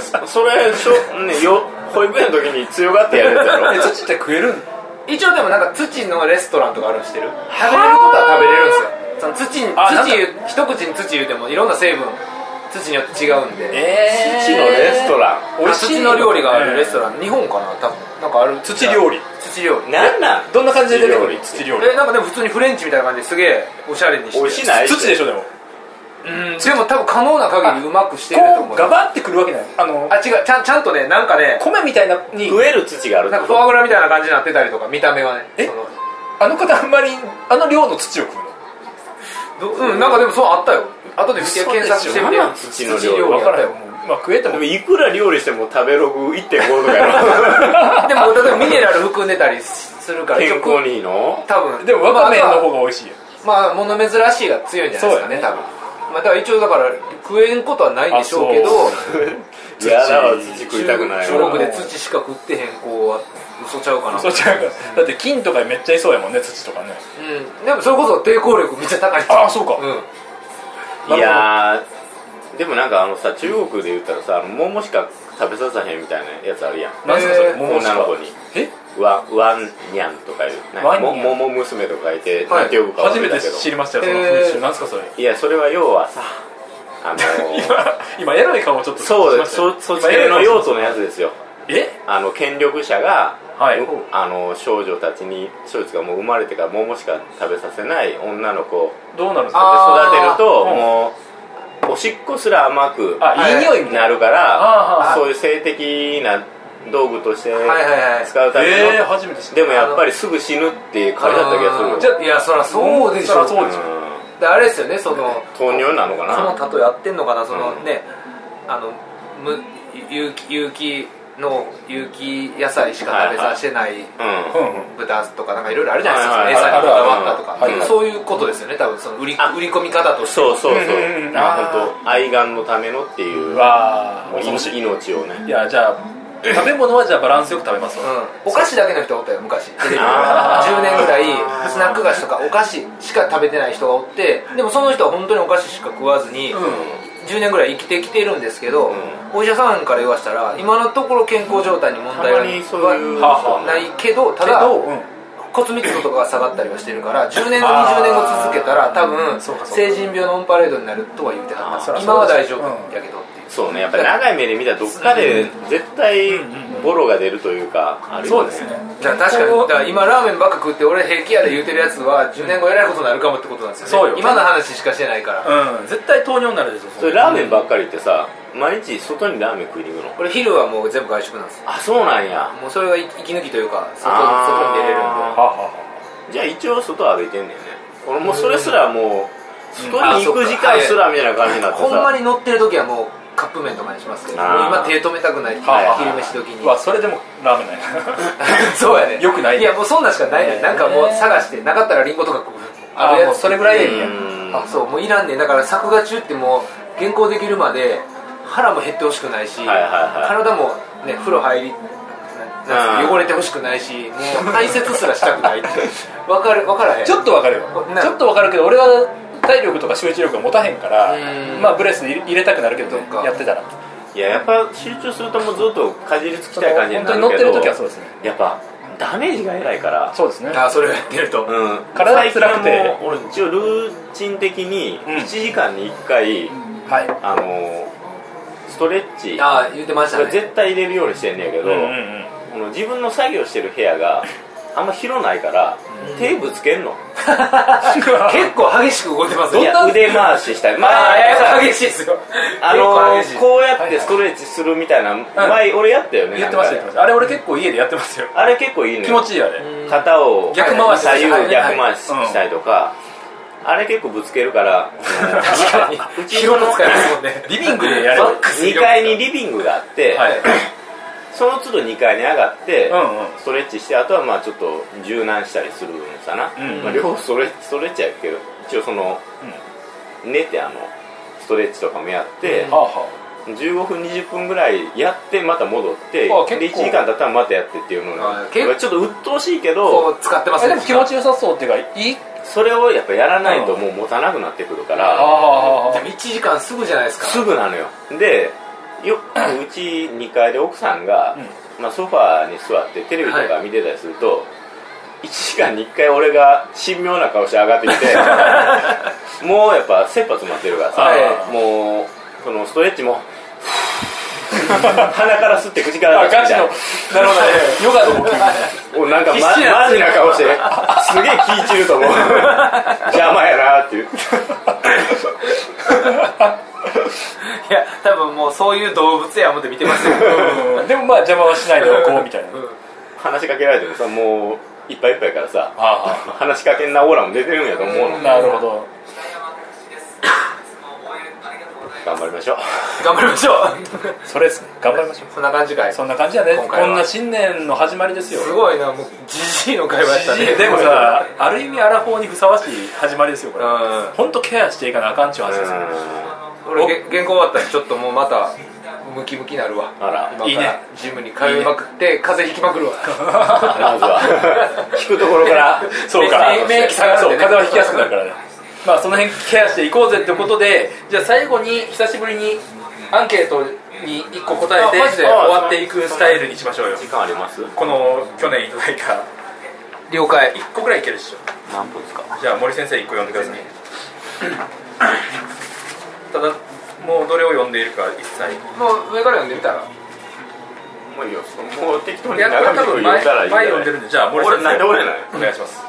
Speaker 2: すよ
Speaker 3: うん、それしょ、ね、よ保育園の時に強がってやるやつやろ
Speaker 1: え土って食えるん
Speaker 2: 一応でもなんか土のレストランとかあるんしてる食べれることは食べれるんですよその土に
Speaker 1: あなん
Speaker 2: 土一口に土言うてもいろんな成分土によって違うんで
Speaker 1: え
Speaker 3: 土のレストラン
Speaker 1: 美味しい
Speaker 2: 土の料理があるレストラン、日本かな多分なんかある
Speaker 1: 土料理
Speaker 2: 土料理
Speaker 3: なんなん
Speaker 1: どんな感じで出てくる
Speaker 3: 土
Speaker 1: 土料理
Speaker 2: えなんかでも普通にフレンチみたいな感じですげえおしゃれにして
Speaker 3: 美味しない
Speaker 1: 土でしょでも
Speaker 2: うんでも多分可能な限りうまくしてると
Speaker 1: こ
Speaker 2: 思
Speaker 1: う
Speaker 2: う
Speaker 1: ガバってくるわけないあの
Speaker 2: あ違うちゃんちゃんとねなんかね
Speaker 1: 米みたいなに
Speaker 3: 食える土があるって
Speaker 2: なんか
Speaker 3: こ
Speaker 2: フォ
Speaker 3: と
Speaker 2: アグラみたいな感じになってたりとか見た目はね
Speaker 1: え
Speaker 2: その
Speaker 1: あの方あんまりあの量の土を食うの
Speaker 2: どうんなんかでもそうあったよ後で見て
Speaker 3: 嘘でしょ
Speaker 2: 検索してみて
Speaker 3: 何なん土の料理
Speaker 1: 分か
Speaker 2: あった
Speaker 1: らへん
Speaker 2: よ
Speaker 1: もうまあ食えて
Speaker 3: で
Speaker 1: も
Speaker 3: もいくら料理しても食べログ1.5とかやろ
Speaker 2: でも例えばミネラル含んでたりするから
Speaker 3: 健康にい いの
Speaker 2: 多分
Speaker 1: でもわかめの
Speaker 2: まあ
Speaker 1: 方が美味しいよ
Speaker 2: まあ物珍しいが強いんじゃないですかね
Speaker 1: そうやね
Speaker 2: 多分まあだから一応だから食えんことはないんでしょうけど
Speaker 1: あそう
Speaker 3: いやだわ土食いたくない
Speaker 2: 中
Speaker 3: わ
Speaker 2: 国で土しか食ってへん子は嘘ちゃうかな
Speaker 1: そうちゃうかだって金とかめっちゃいそうやもんね土とかね
Speaker 2: うんでもそれこそ抵抗力めっちゃ高い
Speaker 1: ああそうか
Speaker 2: うん
Speaker 3: いやーでもなんかあのさ中国で言ったらさあの桃しか食べさせへんみたいなやつあるやん
Speaker 1: なんすかそれ
Speaker 2: えー
Speaker 1: 桃し
Speaker 3: 女
Speaker 1: か
Speaker 3: の子に
Speaker 1: え
Speaker 3: ワワンニャンとかいうなん
Speaker 1: ワ
Speaker 3: か
Speaker 1: ンニャン
Speaker 3: も桃娘とかいて
Speaker 2: はい
Speaker 3: 何て呼ぶか
Speaker 1: 初
Speaker 3: 忘
Speaker 1: め
Speaker 3: れ
Speaker 1: て
Speaker 3: たけ
Speaker 1: 知り
Speaker 3: ど
Speaker 1: ましたよその
Speaker 2: えー
Speaker 1: 風習なんすかそれ
Speaker 3: いやそれは要はさあの ー
Speaker 1: 今今エロい顔ちょっと
Speaker 3: そう
Speaker 1: し
Speaker 3: で
Speaker 1: まし
Speaker 3: す
Speaker 1: たよ
Speaker 3: そそっち
Speaker 1: 今エロ
Speaker 3: 系
Speaker 1: い顔
Speaker 3: の用途のやつですよ
Speaker 1: え
Speaker 3: あの権力者が、
Speaker 1: はいう
Speaker 3: あの少女たちに少女がもう生まれてから桃しか食べさせない女の子
Speaker 1: どうなるんです
Speaker 2: あ
Speaker 1: か
Speaker 3: 育てると
Speaker 1: あーうん
Speaker 3: もうおしっこすら甘く
Speaker 1: あいい匂いみたい
Speaker 3: なるか
Speaker 1: あ
Speaker 3: ら
Speaker 1: ー
Speaker 3: そういう性的な道具として
Speaker 2: はいはいはい
Speaker 3: 使うための、
Speaker 1: えー、初めて知った
Speaker 3: でもやっぱりすぐ死ぬって書いてあった気がするよ
Speaker 2: じゃいやそりゃそうでしょ
Speaker 1: そらそうでしょ
Speaker 2: であれですよねその
Speaker 3: うん糖尿なのか
Speaker 2: その
Speaker 3: な
Speaker 2: 例え合ってんのかなその
Speaker 3: うん
Speaker 2: ね、あのむ有機有機の有機野菜しか食べさせてない
Speaker 3: うん
Speaker 1: うんうん
Speaker 2: 豚とかなんかいろいろあるじゃないですか、
Speaker 3: はいはい
Speaker 2: 餌にこだわったとか、
Speaker 1: はいはい
Speaker 2: そういうことですよね多分その売り
Speaker 3: あ
Speaker 2: 売り込み方として
Speaker 3: そうそうそう
Speaker 1: うんうんうん
Speaker 3: まあ本当愛玩のためのっていう
Speaker 1: うわー
Speaker 3: もうい
Speaker 1: 恐ろしい
Speaker 3: 命をね
Speaker 1: いやじゃあ食べ物はじゃあバランスよく食べますわ、
Speaker 2: うん、お菓子だけの人おったよ 昔テレビで
Speaker 3: あー
Speaker 2: 10年ぐらいスナック菓子とかお菓子しか食べてない人がおってでもその人は本当にお菓子しか食わずに、10年ぐらい生きてきてるんですけど、
Speaker 3: ん
Speaker 2: お医者さんから言わしたら今のところ健康状態に問
Speaker 3: た
Speaker 2: 題は
Speaker 3: まにそういう
Speaker 1: はあはあ
Speaker 2: ないけどた
Speaker 1: け
Speaker 2: だ
Speaker 1: ど、うん、
Speaker 2: 骨密度とかが下がったりはしてるから10年後
Speaker 1: あー
Speaker 2: 20年後続けたら多分
Speaker 1: そうかそうか
Speaker 2: 成人病のオンパレードになるとは言ってなか
Speaker 3: あー
Speaker 2: っ
Speaker 3: そ
Speaker 2: た
Speaker 1: ら
Speaker 2: 今は
Speaker 1: そうで
Speaker 2: 大
Speaker 1: す
Speaker 2: 丈夫やけどっていう
Speaker 3: そうねやっぱり長い目で見たらどっかで絶対ボロが出るというかあるよ
Speaker 1: そうですね
Speaker 2: じゃあ確かにだから今ラーメンばっか食って俺平気やで言うてるやつは10年後えらいことになるかもってことなんですよね
Speaker 1: そうよ
Speaker 2: 今の話しかしてないから、
Speaker 1: うん絶対糖尿になるでしょ
Speaker 3: それラーメンばっかりってさ毎日外にラーメン食いに行くの
Speaker 2: 俺昼はもう全部外食なんですよ
Speaker 3: あそうなんや
Speaker 2: もうそれが息抜きというか外に
Speaker 3: あ
Speaker 2: 外
Speaker 3: ー
Speaker 2: に出れるんで
Speaker 1: はあはあ
Speaker 3: じゃあ一応外歩いてんねんね俺もうそれすらもう外に行
Speaker 2: うんあそ
Speaker 3: く時
Speaker 2: っか
Speaker 3: 間すらみたいな感じになってさ
Speaker 2: ほんまに乗ってる時はもうカップ麺とかにしますけども
Speaker 3: あー
Speaker 2: う今手止めたくない
Speaker 3: はいはい
Speaker 2: 昼飯時に
Speaker 1: うわそれでもラーメンないな
Speaker 2: そうやね
Speaker 1: よくない
Speaker 2: いやもうそんなんしかないね
Speaker 1: ね
Speaker 2: なんかもう探してなかったらリンゴとかこう
Speaker 1: あ
Speaker 2: るやつ
Speaker 1: もうそれぐらいでいいや
Speaker 3: うん
Speaker 2: あそうもういらんねんだから作画中ってもう原稿できるまで腹も減ってほしくないし、
Speaker 3: はいはいはい
Speaker 2: 体もね風呂入りななんす
Speaker 3: う
Speaker 2: か
Speaker 3: ん
Speaker 2: 汚れてほしくないしもう排泄すらしたくないって分かる分からへん
Speaker 1: ちょっとわかるよ
Speaker 2: ね
Speaker 1: ちょっとわかるけど俺は体力とか集中力が持たへんから
Speaker 2: うん
Speaker 1: まあブレス入れ入れたくなるけど、ね
Speaker 2: そっ、か
Speaker 1: やってたら
Speaker 3: いややっぱ集中するともうずっとかじりつきたい感じになるけど
Speaker 1: 本当に乗ってる時はそうですね
Speaker 3: やっぱダメージが偉いから
Speaker 1: そうですね
Speaker 2: あそれをやってると、
Speaker 3: うん、
Speaker 1: 体が辛くて
Speaker 3: 最近はもう俺一応ルーチン的に
Speaker 1: うん
Speaker 3: 1時間に1回、
Speaker 1: はい
Speaker 3: あのーストレッチが
Speaker 2: あ言ってましたね
Speaker 3: 絶対入れるようにしてんねやけど、
Speaker 1: うんうんうん
Speaker 3: この自分の作業してる部屋があんま広ないから、テープつけんの
Speaker 2: 結構激しく動いてます
Speaker 3: い
Speaker 2: ね
Speaker 3: や腕回ししたりまあ
Speaker 2: あ
Speaker 3: やっぱ
Speaker 2: ーいや激しいですよ
Speaker 3: あの
Speaker 2: 結
Speaker 3: ー
Speaker 2: 構
Speaker 3: こうやってストレッチするみたいな、前俺やったよね
Speaker 1: 言ってました
Speaker 3: な
Speaker 1: 言
Speaker 3: ん
Speaker 1: ってま
Speaker 3: か
Speaker 1: したあれ俺結構家でやってますよ
Speaker 3: あれ結構いいのよ
Speaker 1: 気持ちいいあれ
Speaker 2: 激しいうん
Speaker 3: 肩を
Speaker 1: 逆回し
Speaker 3: 左右
Speaker 2: はいはい
Speaker 3: 逆回ししたりとか、あれ結構ぶつけるから、
Speaker 2: 確かに
Speaker 3: うちの
Speaker 2: 広く使えますもんね
Speaker 1: リビングでやれ
Speaker 2: バ
Speaker 1: ば
Speaker 2: ックス
Speaker 3: 2階にリビングがあって、
Speaker 1: はい
Speaker 3: その都度2階に上がって、
Speaker 1: うんうん
Speaker 3: ストレッチしてあとはまあちょっと柔軟したりするのかな、
Speaker 1: うんうん
Speaker 3: まあ、両方ストレストレッチやけど一応その、寝てあのストレッチとかもやって、
Speaker 1: はあはあ
Speaker 3: 15分20分ぐらいやってまた戻って
Speaker 1: あ結構
Speaker 3: で1時間経ったらまたやってっていうの
Speaker 2: あ
Speaker 3: が
Speaker 2: 結構
Speaker 3: ちょっと鬱陶しいけ
Speaker 2: こ
Speaker 3: ど
Speaker 2: う使ってます
Speaker 1: え
Speaker 2: ね
Speaker 1: でも気持ちよさそうっていうかいい
Speaker 3: それをやっぱやらないともう持たなくなってくるから、
Speaker 1: あ
Speaker 2: でも1時間すぐじゃないですか
Speaker 3: すぐなのよでよくうち2階で奥さんが、まあ、ソファーに座ってテレビとか見てたりすると、1時間に1回俺が神妙 な顔して上がってきてもうやっぱ切羽詰まってるからさ、
Speaker 1: はい
Speaker 3: もうそのストレッチも 鼻から吸って口から
Speaker 1: あ
Speaker 3: 出す
Speaker 1: ガ
Speaker 3: み
Speaker 1: チ
Speaker 3: たい
Speaker 1: の
Speaker 3: な
Speaker 1: なるほどねヨガの呼吸みたいな
Speaker 3: おなんか、ま、
Speaker 2: 必死や
Speaker 3: マジな顔してねすげえ気い散る と思う邪魔やなっていう
Speaker 2: いや多分もうそういう動物や思って見てますよ
Speaker 1: うんでもまあ邪魔はしないでおこうみたいな、は
Speaker 3: 話しかけられてもさもういっぱいいっぱいやからさ
Speaker 1: あは
Speaker 3: 話しかけんなオーラも出てるんやと思うの
Speaker 1: あなるほど
Speaker 3: 頑張りましょう
Speaker 2: 頑張りましょ
Speaker 1: それですね頑張りましょ
Speaker 2: うそんな感じか
Speaker 1: う
Speaker 2: い
Speaker 1: そんな感じだね
Speaker 2: 今回は
Speaker 1: こんな新年の始まりですよ
Speaker 2: すごいなもうじじいの会話した
Speaker 1: じじ
Speaker 2: ね
Speaker 1: いでもさある意味アラフォーにふさわしい始まりですよこ
Speaker 2: う
Speaker 1: れ
Speaker 2: ん
Speaker 1: 本当ケアしていかなあかんちゅう話ですよ
Speaker 3: あ
Speaker 2: 俺げ原稿終わったらちょっともうまたムキムキなるわ
Speaker 3: ら
Speaker 2: 今
Speaker 1: いい
Speaker 2: か
Speaker 1: ね
Speaker 2: らジムに通いまくって風邪ひきまく るわ
Speaker 3: まずは聞くところから
Speaker 1: そうか
Speaker 2: 免疫免疫下がってね
Speaker 1: そう風邪はひきやすくなるからねまあその辺ケアしていこうぜってことでじゃあ最後に久しぶりにアンケートに1個答えて
Speaker 2: あマジで
Speaker 1: 終わっていくスタイルにしましょうよ
Speaker 3: 時間あります
Speaker 1: この去年いただいた
Speaker 2: 了解
Speaker 1: 1個ぐらいいけるでしょ
Speaker 3: 何分ですか
Speaker 1: じゃあ森先生一個読んでください。 ただもうどれを読んでいるか一切。
Speaker 2: もう上から読んでみたら
Speaker 3: もういいよもう適当
Speaker 1: い
Speaker 3: に
Speaker 1: やこれ多
Speaker 3: く
Speaker 1: 分
Speaker 3: 読ん
Speaker 1: 前
Speaker 3: だらいい
Speaker 1: 前
Speaker 3: んじゃな
Speaker 1: 読
Speaker 3: い
Speaker 1: んでるんでじゃあ森
Speaker 3: 俺
Speaker 1: 先
Speaker 3: なんで
Speaker 1: 生
Speaker 3: 俺なん
Speaker 1: お願いします。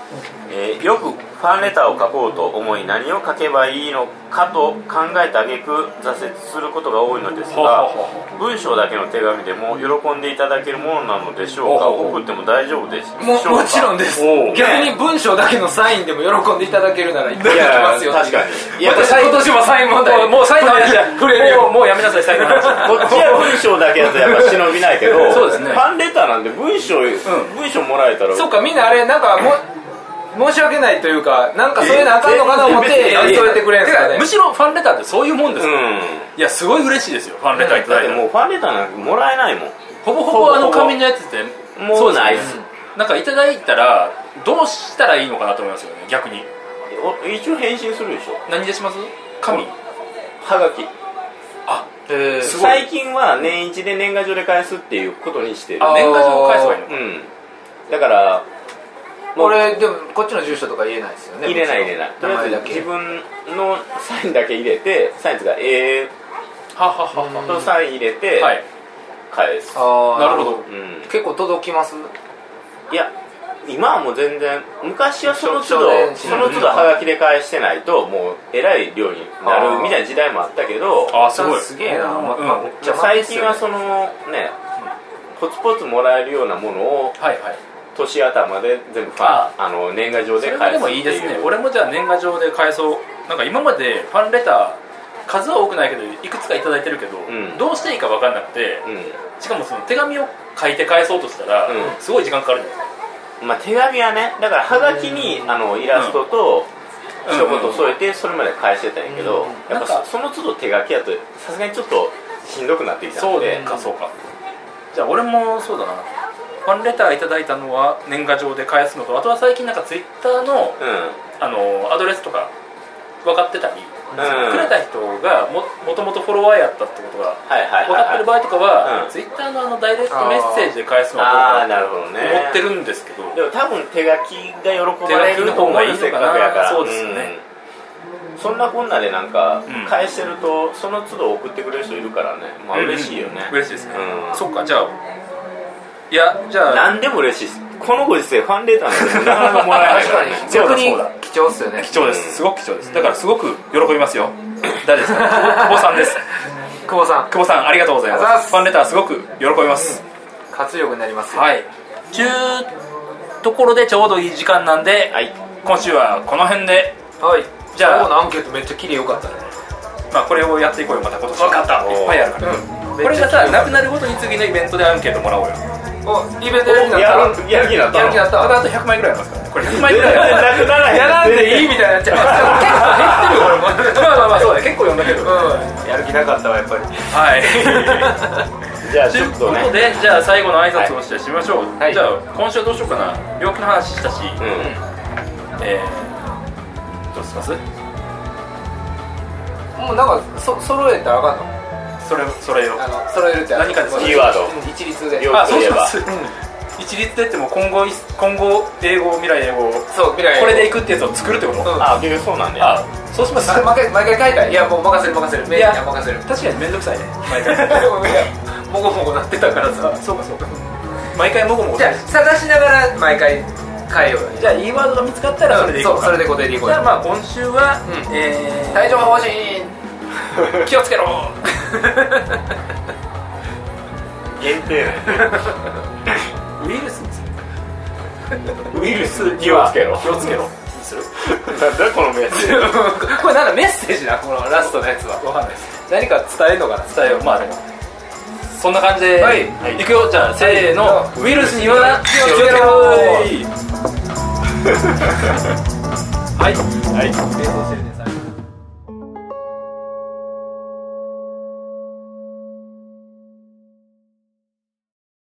Speaker 3: えーよくファンレターを書こうと思い何を書けばいいのかと考えた挙句挫折することが多いのですが
Speaker 1: ほうほ
Speaker 3: 文章だけの手紙でも喜んでいただけるものなのでしょうか
Speaker 1: ほうほうほう
Speaker 3: 送っても大丈夫でしょうか
Speaker 2: ももちろんです
Speaker 3: おう
Speaker 2: 逆に文章だけのサインでも喜んでいただけるならいただ
Speaker 3: い
Speaker 2: きま
Speaker 3: や
Speaker 2: すよ
Speaker 3: 確かにいやこ
Speaker 2: 私今年もサイン問題
Speaker 1: もう最後の話だ。
Speaker 2: 触れるよ
Speaker 1: もうもうやめなさい最後の話。
Speaker 3: っちは文章だけやとやっぱ忍びないけど
Speaker 1: そうですね
Speaker 3: ファンレターなんで文章、文章もらえたら
Speaker 2: そっかみんなあれなんかも申し訳ないというかなんかそういうのあかんのかな思っ
Speaker 3: いやい
Speaker 2: て
Speaker 3: や
Speaker 2: やり添えてくれんすかね
Speaker 1: むしろファンレターってそういうもんです
Speaker 3: う
Speaker 1: よ。い
Speaker 3: ん
Speaker 1: やすごい嬉しいですよファンレターいた
Speaker 3: だ
Speaker 1: だ
Speaker 3: っ
Speaker 1: い
Speaker 3: て
Speaker 1: て
Speaker 3: もうファンレターなんかもらえないもん
Speaker 1: ほぼほぼあの紙のやつって
Speaker 3: もう
Speaker 1: そうですね
Speaker 3: ないです
Speaker 1: なんかいただいたらどうしたらいいのかなと思いますよね逆に
Speaker 3: お一応返信するでしょ
Speaker 1: 何でします紙
Speaker 3: はがき
Speaker 1: あ
Speaker 2: えー
Speaker 1: すごい
Speaker 3: 最近は年一で年賀状で返すっていうことにしてる
Speaker 2: あ
Speaker 1: 年賀状を返せばいいのか
Speaker 3: うんだから
Speaker 2: 俺でもこっちの住所とか言えないですよね
Speaker 3: 入れない入れないと
Speaker 2: 名
Speaker 3: りあ
Speaker 2: 前
Speaker 3: え
Speaker 2: だ
Speaker 3: ず
Speaker 2: け
Speaker 3: 自分のサインだけ入れてサインとかえ
Speaker 1: ははは
Speaker 3: ー
Speaker 1: は
Speaker 3: とサイン入れて
Speaker 1: はい
Speaker 3: 返す、
Speaker 2: あー
Speaker 1: なるほど
Speaker 3: うん
Speaker 2: 結構届きます
Speaker 3: いや今はもう全然昔はその都
Speaker 2: 少
Speaker 3: 度
Speaker 2: 年誌
Speaker 3: その都度はがきで返してないともうえらい量になるみたいな時代もあったけど
Speaker 1: あすごい
Speaker 2: すげえな
Speaker 1: うん
Speaker 2: まあ
Speaker 1: うん
Speaker 2: まあ
Speaker 1: はい
Speaker 2: 邪魔で
Speaker 3: 最
Speaker 2: す
Speaker 3: 近
Speaker 2: よね
Speaker 3: はそのねポツポツもらえるようなものを
Speaker 1: はい
Speaker 3: 年頭で全部ファン
Speaker 1: あ
Speaker 3: あの年賀状
Speaker 1: そ
Speaker 3: で
Speaker 1: れ
Speaker 3: 返す
Speaker 1: でもいいですね俺もじゃあ年賀状で返そうなんか今までファンレター数は多くないけどいくつか頂いただいてるけど、
Speaker 3: ん
Speaker 1: どうしていいか分かんなくてしかもその手紙を書いて返そうとしたら、
Speaker 3: う
Speaker 1: すごい時間かかるじゃないです
Speaker 3: うんまあ手紙はねだからはがきにあのイラストと
Speaker 1: うん
Speaker 3: 一言添えてそれまで返してたんやけど
Speaker 1: うん
Speaker 3: やっぱ
Speaker 1: なんか
Speaker 3: そその都度手書きやとさすがにちょっとしんどくなってき
Speaker 1: か
Speaker 3: たんで
Speaker 1: かそうかじゃあ俺もそうだなファンレター頂いただいたのは年賀状で返すのとあとは最近なんかツイッターの
Speaker 3: うん
Speaker 1: あのアドレスとか分かってたり、
Speaker 3: うん
Speaker 1: くれた人がももともとフォロワーやったってことが
Speaker 3: はいはいは
Speaker 1: 分
Speaker 3: い
Speaker 1: かってる場合とかは、
Speaker 3: うん
Speaker 1: ツイッターのあのダイレクトメッセージで返すのはどう
Speaker 3: ああなるほど
Speaker 1: か
Speaker 3: ね
Speaker 1: と思ってるんですけど、
Speaker 3: でも多分手書きが喜ばれる方がいいせっかくやから
Speaker 1: 手書きの方がいいのかなそうですよね
Speaker 3: うんそんなこんなでなんか
Speaker 1: うん
Speaker 3: 返してるとその都度送ってくれる人いるからねまあ嬉しいよ
Speaker 1: う
Speaker 3: ね
Speaker 1: ん嬉しいですね、
Speaker 3: うん
Speaker 1: そっかじゃあいやじゃあ
Speaker 3: 何でも嬉しいですこのご時世ファンレターなんてなかなかもらえない
Speaker 2: 確
Speaker 3: から
Speaker 2: か
Speaker 3: ね
Speaker 2: に
Speaker 1: そう
Speaker 2: 逆
Speaker 1: だ
Speaker 2: に
Speaker 1: そうだ
Speaker 2: 貴重っすよね
Speaker 1: 貴重ですすごく貴重ですだからすごく喜びますよ誰ですか 久保さんです
Speaker 2: 久保さん
Speaker 1: 久保さんありがとうございま
Speaker 2: あ
Speaker 1: す
Speaker 2: りがとうございます
Speaker 1: ファンレターすごく喜びます、
Speaker 2: 活力になりますよ
Speaker 1: はいちゅうところでちょうどいい時間なんで、
Speaker 3: はい
Speaker 1: 今週はこの辺で
Speaker 2: はい
Speaker 1: じゃあ
Speaker 2: 今日のアンケートめっちゃ綺麗よかったね
Speaker 1: まあ、これをやっていこうよまた今年分かったいっぱいあるから、
Speaker 2: うん
Speaker 1: これがさなくなるごとに次のイベントでアンケートもらおうよ
Speaker 2: おイベントやる気になった
Speaker 3: おやるやる気になったの
Speaker 2: やる気になった
Speaker 1: ただあ
Speaker 2: わ
Speaker 1: と100枚ぐらいありますからねこれ100枚
Speaker 3: 全
Speaker 1: ぐら
Speaker 3: 然
Speaker 1: いある
Speaker 3: なくならへん
Speaker 2: やらんでいいみたいになっちゃう結構減ってるよ俺も
Speaker 1: まあまあまあそうだね結構読んだけど、
Speaker 2: う
Speaker 3: やる気なかったわやっぱり
Speaker 1: はい
Speaker 3: じゃあ
Speaker 1: と
Speaker 3: ち
Speaker 1: い
Speaker 3: ょ
Speaker 1: う
Speaker 3: っ
Speaker 1: こと
Speaker 3: ね
Speaker 1: とでじゃあ最後の挨拶をしてしましょう、
Speaker 2: はい
Speaker 1: じゃあ今週はどうしようかな病気の話したし、
Speaker 3: うん
Speaker 1: えーどうします
Speaker 2: ん もうなんかそ揃えたらあかんの
Speaker 1: それそれを
Speaker 2: あの揃えるって
Speaker 1: 何かです
Speaker 2: もう
Speaker 3: キーワード
Speaker 2: うん一律で
Speaker 3: よ
Speaker 1: あそうします
Speaker 2: うん
Speaker 1: 一律でっても今後い今後英語未来英語
Speaker 2: そう未来
Speaker 1: これでいくってやつを作るってこと、
Speaker 2: うん
Speaker 3: あ結局そうなんだよ
Speaker 1: あそうします
Speaker 2: 毎回毎回書いたいやもう任せる任せるメインには任せる
Speaker 1: 確かに面倒くさいね毎回
Speaker 2: もごもごなってたからさ
Speaker 1: そうかそうか毎回もごもご
Speaker 2: じゃあ探しながら毎回変えようよ
Speaker 1: じゃあいいワードが見つかったらそれでいこう
Speaker 2: そう
Speaker 1: か
Speaker 2: それで固定でいこう
Speaker 1: じゃあ
Speaker 2: よ
Speaker 1: まあ今週は、
Speaker 2: うん
Speaker 1: えー
Speaker 2: 帯状疱 疹気をつけろ
Speaker 3: 限定
Speaker 1: ウイルスにする
Speaker 3: ウイルス気をつけろ
Speaker 1: 気をつけろにする
Speaker 3: なんだこのメッセージ
Speaker 2: これなんだメッセージなこのラストのやつは
Speaker 1: わかんないです
Speaker 2: 何か伝えるのかな
Speaker 1: 伝えようまあでもそんな感じで、
Speaker 2: はい
Speaker 1: いくよじゃあせーの、ウイルスには気をつけろ
Speaker 2: 気をつ
Speaker 1: はいはい
Speaker 2: 冷凍してるです